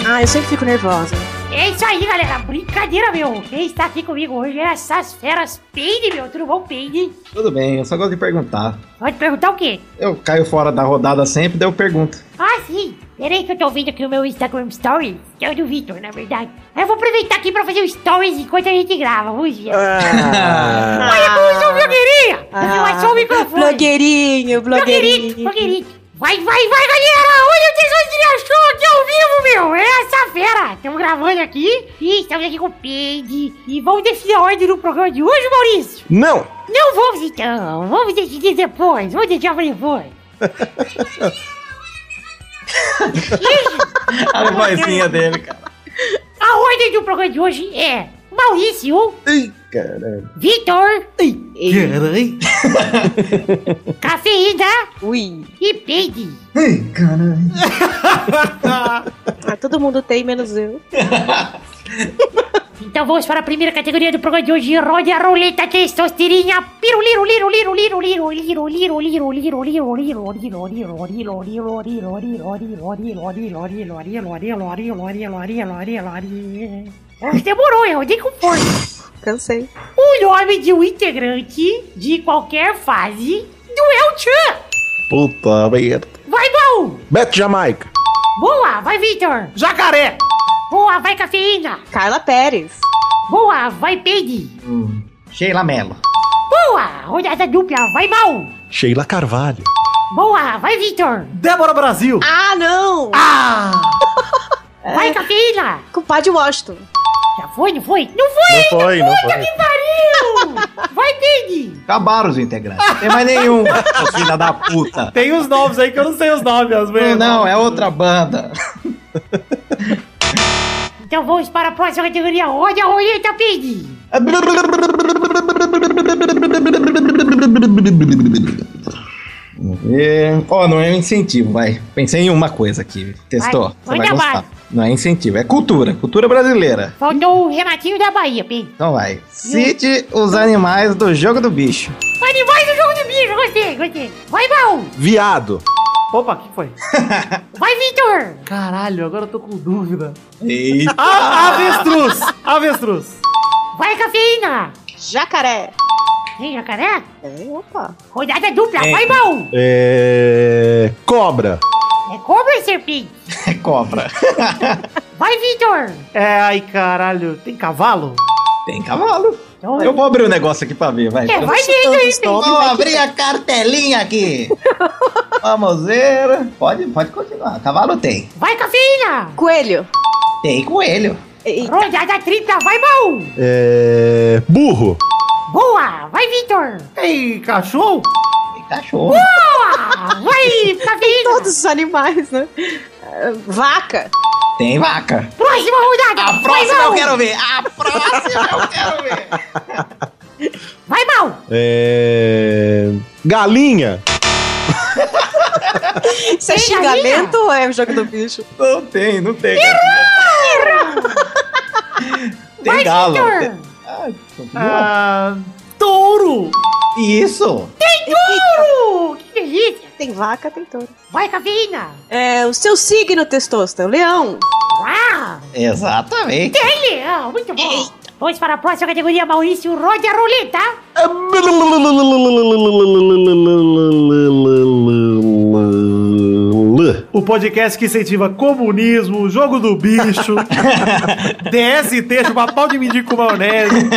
Speaker 9: Deus!
Speaker 8: Ah, eu sempre fico nervosa.
Speaker 9: É isso aí, galera. Brincadeira, meu. Quem está aqui comigo hoje é essas feras Peide, meu. Tudo bom, Peide?
Speaker 3: Tudo bem, eu só gosto de perguntar.
Speaker 9: Pode perguntar o quê?
Speaker 3: Eu caio fora da rodada sempre, daí eu pergunto.
Speaker 9: Ah, sim. Peraí que eu tô ouvindo aqui o meu Instagram Stories. Que é o do Vitor, na verdade. Eu vou aproveitar aqui pra fazer o Stories enquanto a gente grava. Vamos ver.
Speaker 3: Ah. (laughs)
Speaker 9: Olha como sou blogueirinha. Eu
Speaker 8: Ah.
Speaker 9: achou o microfone.
Speaker 8: Blogueirinho, blogueirinho.
Speaker 9: blogueirinho. Vai, vai, vai, galera! Olha o Tesouro de Show aqui ao vivo, meu! É essa fera! Estamos gravando aqui e estamos aqui com o Peide. E vamos definir a ordem do programa de hoje, Maurício?
Speaker 6: Não!
Speaker 9: Não vamos então, vamos decidir depois, vamos deixar pra depois.
Speaker 3: A vozinha dele, cara.
Speaker 9: A ordem do programa de hoje é Maurício,
Speaker 3: Caralho.
Speaker 9: Vitor,
Speaker 3: Caralho.
Speaker 9: Cafeína e Peide.
Speaker 8: Ah, todo mundo tem, menos eu.
Speaker 9: Então vamos para a primeira categoria do programa de hoje, roda a roleta testosterinha. Piru, liru, liru, liru, liru, liru, liru, liru, liru, liru, liru, liru, liru, liru, liru, liru, liru, liru, liru, liru, liru, liru, liru, liru, liru, liru, liru, liru, liru. Nossa, Demorou, eu dei com força.
Speaker 8: Cansei.
Speaker 9: O nome de um integrante de qualquer fase do El Chan.
Speaker 6: Puta merda.
Speaker 9: Vai, baú!
Speaker 6: Beto Jamaica.
Speaker 9: Boa, vai, Vitor! Jacaré! Boa, vai, cafeína!
Speaker 8: Carla Pérez!
Speaker 9: Boa, vai, Peide!
Speaker 3: Sheila Mello.
Speaker 9: Boa, rodada dupla, vai, mal!
Speaker 6: Sheila Carvalho.
Speaker 9: Boa, vai, Vitor!
Speaker 4: Débora Brasil!
Speaker 8: Ah, não!
Speaker 9: Ah! Vai, cafeína!
Speaker 8: Compadre Washington!
Speaker 9: Já foi, não foi? Não foi!
Speaker 3: Não foi, não
Speaker 9: Puta
Speaker 3: foi.
Speaker 9: que pariu! vai, Peide!
Speaker 3: Acabaram os integrantes. Não tem mais (laughs) nenhum, ô filha da puta.
Speaker 4: Tem os novos aí que eu não sei os nomes, as
Speaker 3: Não, não, é outra banda.
Speaker 9: Então vamos para a próxima categoria, roda a roleta, Peide!
Speaker 3: Vamos ver. Ó, não é um incentivo, vai. Pensei em uma coisa aqui. Testou. Você
Speaker 9: Vai,
Speaker 3: vai
Speaker 9: manda
Speaker 3: gostar.
Speaker 9: bala.
Speaker 3: Não é incentivo, é cultura. Cultura brasileira.
Speaker 9: Faltou o Renatinho da Bahia, Peide!
Speaker 3: Então vai. Cite os animais do jogo do bicho.
Speaker 9: Animais do jogo do bicho, gostei, gostei! Vai, mal!
Speaker 6: Viado.
Speaker 4: Opa, o que foi?
Speaker 9: (laughs) Vai, Victor!
Speaker 4: Caralho, agora eu tô com dúvida.
Speaker 3: Eita!
Speaker 4: A-
Speaker 9: Ah,
Speaker 4: avestruz! Avestruz!
Speaker 9: Vai, cafeína!
Speaker 8: Jacaré! É,
Speaker 9: Tem jacaré?
Speaker 8: Opa!
Speaker 9: Rodada dupla,
Speaker 6: É.
Speaker 9: ah, vai, mão!
Speaker 6: É. Cobra.
Speaker 9: É cobra e serpente!
Speaker 3: É cobra.
Speaker 9: Vai, Victor!
Speaker 4: É, ai caralho, tem cavalo?
Speaker 3: Tem cavalo. Eu vou abrir o negócio aqui pra ver, vai.
Speaker 9: Então É, vai
Speaker 3: dentro
Speaker 9: dentro aí,
Speaker 3: Vou
Speaker 9: tem-
Speaker 3: abrir a cartelinha aqui.
Speaker 9: (laughs)
Speaker 3: Vamos ver. Pode, pode continuar. Cavalo tem.
Speaker 9: Vai, cafeína!
Speaker 8: Coelho!
Speaker 3: Tem coelho.
Speaker 9: Rodada tripla, vai, mão!
Speaker 6: É. Burro.
Speaker 9: Boa! Vai, Victor!
Speaker 4: Ei, cachorro?
Speaker 3: Tem cachorro.
Speaker 9: Boa! Vai, cafeína!
Speaker 8: Todos os animais, né? Ah, Vaca!
Speaker 3: Tem vaca.
Speaker 9: Próxima rodada! A
Speaker 3: próxima eu quero ver. A próxima eu quero ver.
Speaker 9: Vai, mal!
Speaker 6: É. Galinha.
Speaker 8: Isso é
Speaker 9: Tem
Speaker 8: xingamento ou é o jogo do bicho?
Speaker 3: (laughs) Não tem, não tem. Tem galo. Tem-
Speaker 4: Ah, touro!
Speaker 3: Isso.
Speaker 9: Tem touro! Que delícia!
Speaker 8: Tem vaca, tem touro.
Speaker 9: Vai, cafeína!
Speaker 8: É, o seu signo, Testosta, o leão.
Speaker 9: Uau!
Speaker 3: Exatamente.
Speaker 9: Tem leão! Muito bom! Vamos para a próxima categoria, Maurício. Rode a roleta!
Speaker 4: O podcast que incentiva comunismo, jogo do
Speaker 3: (laughs)
Speaker 4: bicho, DST, chupar pau de mendigo com maionese.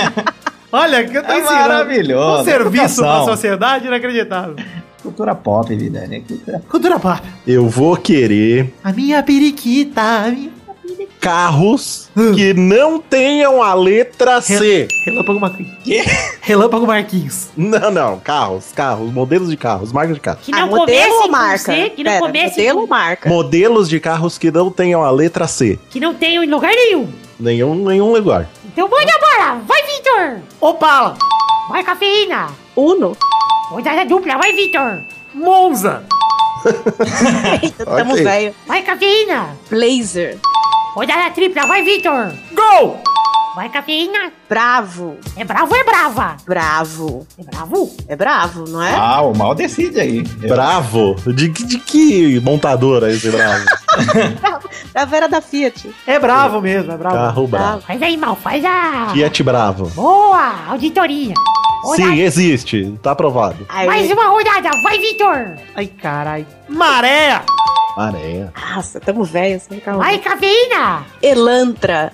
Speaker 4: Olha, que eu tô
Speaker 3: É
Speaker 4: ensinando.
Speaker 3: maravilhoso,
Speaker 4: Um serviço pra
Speaker 3: educação.
Speaker 4: sociedade inacreditável.
Speaker 3: Cultura pop, vida, né? Cultura
Speaker 4: Cultura pop.
Speaker 6: Eu vou querer
Speaker 4: A minha periquita. a minha-
Speaker 6: carros
Speaker 4: Hum.
Speaker 6: que não tenham a letra C.
Speaker 4: Relâmpago Marquinhos. Relâmpago Marquinhos.
Speaker 6: Não, não. Carros, carros, modelos de carros, marcas de carros.
Speaker 9: Que não
Speaker 8: Ah, modelo
Speaker 9: comece
Speaker 8: ou
Speaker 9: com
Speaker 8: marca?
Speaker 9: C, que não
Speaker 8: Pera,
Speaker 9: comece
Speaker 8: modelo
Speaker 9: com-
Speaker 8: ou marca?
Speaker 6: Modelos de carros que não tenham a letra C.
Speaker 9: Que não tem em lugar nenhum.
Speaker 6: Nenhum, nenhum lugar.
Speaker 9: Então manda bola! Vai, Victor!
Speaker 4: Opala.
Speaker 9: Vai, cafeína!
Speaker 8: Uno.
Speaker 9: Rodada dupla, vai, Victor!
Speaker 4: Monza.
Speaker 8: Eita, (laughs) tamo
Speaker 6: Ok.
Speaker 8: velho.
Speaker 9: Vai, cafeína!
Speaker 8: Blazer.
Speaker 9: Rodada tripla, vai, Victor!
Speaker 4: Gol.
Speaker 9: Vai, cafeína!
Speaker 8: Bravo.
Speaker 9: É bravo ou é brava?
Speaker 8: Bravo.
Speaker 9: É bravo?
Speaker 8: É bravo, não é?
Speaker 3: Ah, o mal decide aí.
Speaker 6: Bravo? De, que- de que montadora é esse
Speaker 9: (laughs)
Speaker 6: bravo?
Speaker 8: Da Vera da Fiat.
Speaker 4: É bravo mesmo, é bravo.
Speaker 3: Tá.
Speaker 6: Carro bravo.
Speaker 9: Faz aí, mal, faz a...
Speaker 6: Fiat Bravo.
Speaker 9: Boa! Auditoria!
Speaker 6: Sim, existe. Tá aprovado.
Speaker 8: Aí.
Speaker 9: Mais uma rodada, vai, Victor!
Speaker 4: Ai, carai. Maré.
Speaker 6: Areia.
Speaker 8: Nossa, tamo velho. Assim, calma.
Speaker 9: Vai, cafeína!
Speaker 8: Elantra.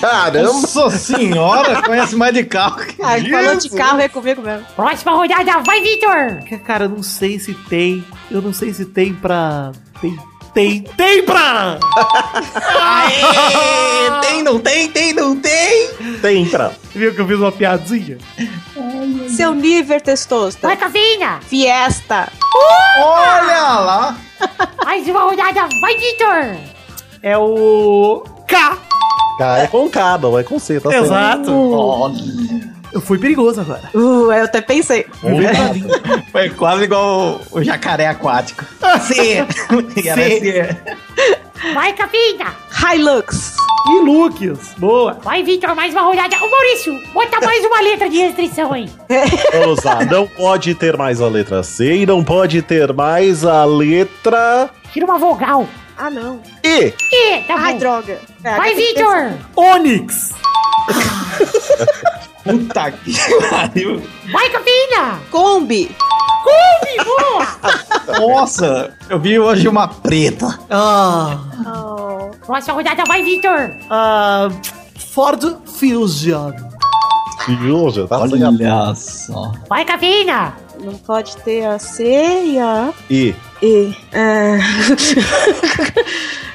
Speaker 6: Caramba!
Speaker 3: Nossa (laughs) senhora, conhece mais de carro. que
Speaker 8: Ai, falando Ah, de
Speaker 3: isso.
Speaker 8: carro é comigo mesmo.
Speaker 9: Próxima rodada, vai, Victor!
Speaker 4: Que, Cara, eu não sei se tem. Eu não sei se tem pra. Tem. Tem. Tem pra!
Speaker 3: Aê, tem, não tem, tem, não tem.
Speaker 6: Tem pra.
Speaker 4: (laughs) Viu que eu fiz uma piadinha?
Speaker 8: Seu nível, Testosta.
Speaker 9: Vai, cafeína!
Speaker 8: Fiesta.
Speaker 3: Olha lá.
Speaker 9: Mais uma rodada, vai, Victor!
Speaker 4: É o. K!
Speaker 6: Cara, é com K, não é com C, tá certo.
Speaker 4: Exato!
Speaker 3: Olha.
Speaker 4: Eu fui perigoso agora.
Speaker 8: Uh, eu até pensei.
Speaker 6: um
Speaker 3: Foi quase igual o, o jacaré aquático. (laughs) assim, Sim.
Speaker 9: Vai, cafeína!
Speaker 8: Hilux.
Speaker 4: E Lucas? Boa!
Speaker 9: Vai, Victor, mais uma rodada. Ô, Maurício, bota mais uma letra de restrição aí.
Speaker 6: (laughs) Vamos lá. Não pode ter mais a letra C e não pode ter mais a letra
Speaker 9: Tira uma vogal.
Speaker 8: Ah, não.
Speaker 6: E.
Speaker 9: E, tá
Speaker 8: Ai,
Speaker 9: bom.
Speaker 8: droga. É,
Speaker 9: Vai,
Speaker 8: eu tenho que
Speaker 9: Victor.
Speaker 4: Onix!
Speaker 3: Puta que pariu.
Speaker 9: Vai, cafeína.
Speaker 8: pensar. Kombi.
Speaker 9: Cume, boa.
Speaker 3: Nossa, eu vi hoje uma preta.
Speaker 4: Ah.
Speaker 9: Próxima rodada, vai, Victor.
Speaker 4: ah Ford Fusion.
Speaker 6: Juja, tá certo.
Speaker 3: Olha só.
Speaker 9: Vai, cafeína.
Speaker 8: Não pode ter a C e a
Speaker 6: E.
Speaker 8: E. Ah. (laughs)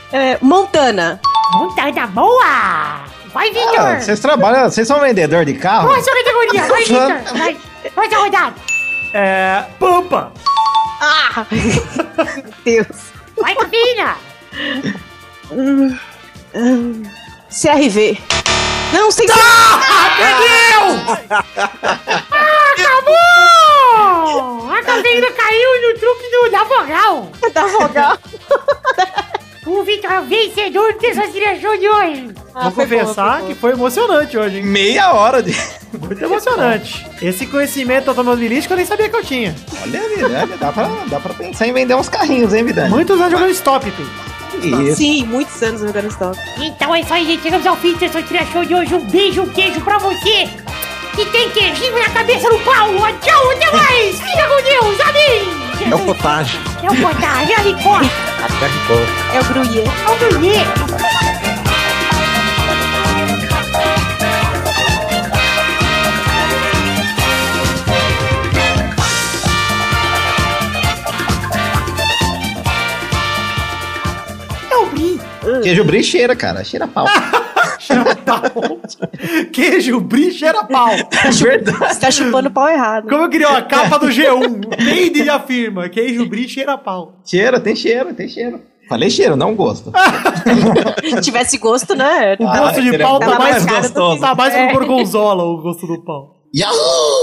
Speaker 8: É, Montana.
Speaker 9: Montada, boa. Vai,
Speaker 3: Ah,
Speaker 9: Victor.
Speaker 3: vocês trabalham, vocês são vendedor de carro?
Speaker 9: Próxima categoria, vai, Victor. Vai. Próxima rodada.
Speaker 4: É. Pampa!
Speaker 8: Ah! Meu Deus.
Speaker 9: Vai, cafeína.
Speaker 8: CRV. Não, sem
Speaker 9: Acabou. A cafeína caiu no truque do, da vogal.
Speaker 8: ser da vogal.
Speaker 9: O Victor é o vencedor do Tessas Direção de hoje.
Speaker 8: Ah,
Speaker 4: Vou
Speaker 8: foi boa,
Speaker 4: confessar
Speaker 8: foi boa.
Speaker 4: que foi emocionante hoje, hein?
Speaker 3: Meia hora de.
Speaker 4: Muito emocionante. Esse conhecimento automobilístico eu nem sabia que eu tinha.
Speaker 3: Olha, Vidani, dá pra, dá pra pensar em vender uns carrinhos, hein, Vidani?
Speaker 4: Muitos anos jogando stop, Pi.
Speaker 3: Isso.
Speaker 8: Sim, muitos anos jogando stop.
Speaker 10: Então é isso aí, gente. Chegamos ao fim do Sessão de Tira Show de hoje. Um beijo, um queijo pra você. E tem queijinho na cabeça do pau. Tchau, até mais. Fica com Deus. Amém.
Speaker 6: É o potagem.
Speaker 10: É o Potar, é a Licor.
Speaker 6: Até ficou.
Speaker 8: É o Gruyê.
Speaker 10: É o Brunê. É o Bri.
Speaker 3: Queijo brie cheira, cara. Cheira pau.
Speaker 4: Queijo, brie, cheira pau.
Speaker 8: Você tá chupando o pau errado.
Speaker 4: Como eu queria uma capa do G1. Made afirma. Queijo, brie, cheira pau.
Speaker 3: Cheira, tem cheiro, tem cheiro. Falei cheiro, não gosto.
Speaker 8: Se tivesse gosto, né?
Speaker 4: O gosto de
Speaker 3: seria bom.
Speaker 4: pau tá
Speaker 3: Tá
Speaker 4: mais
Speaker 3: mais gostoso.
Speaker 4: Tá mais
Speaker 8: É.
Speaker 4: pro gorgonzola o gosto do pau.
Speaker 3: Yahoo!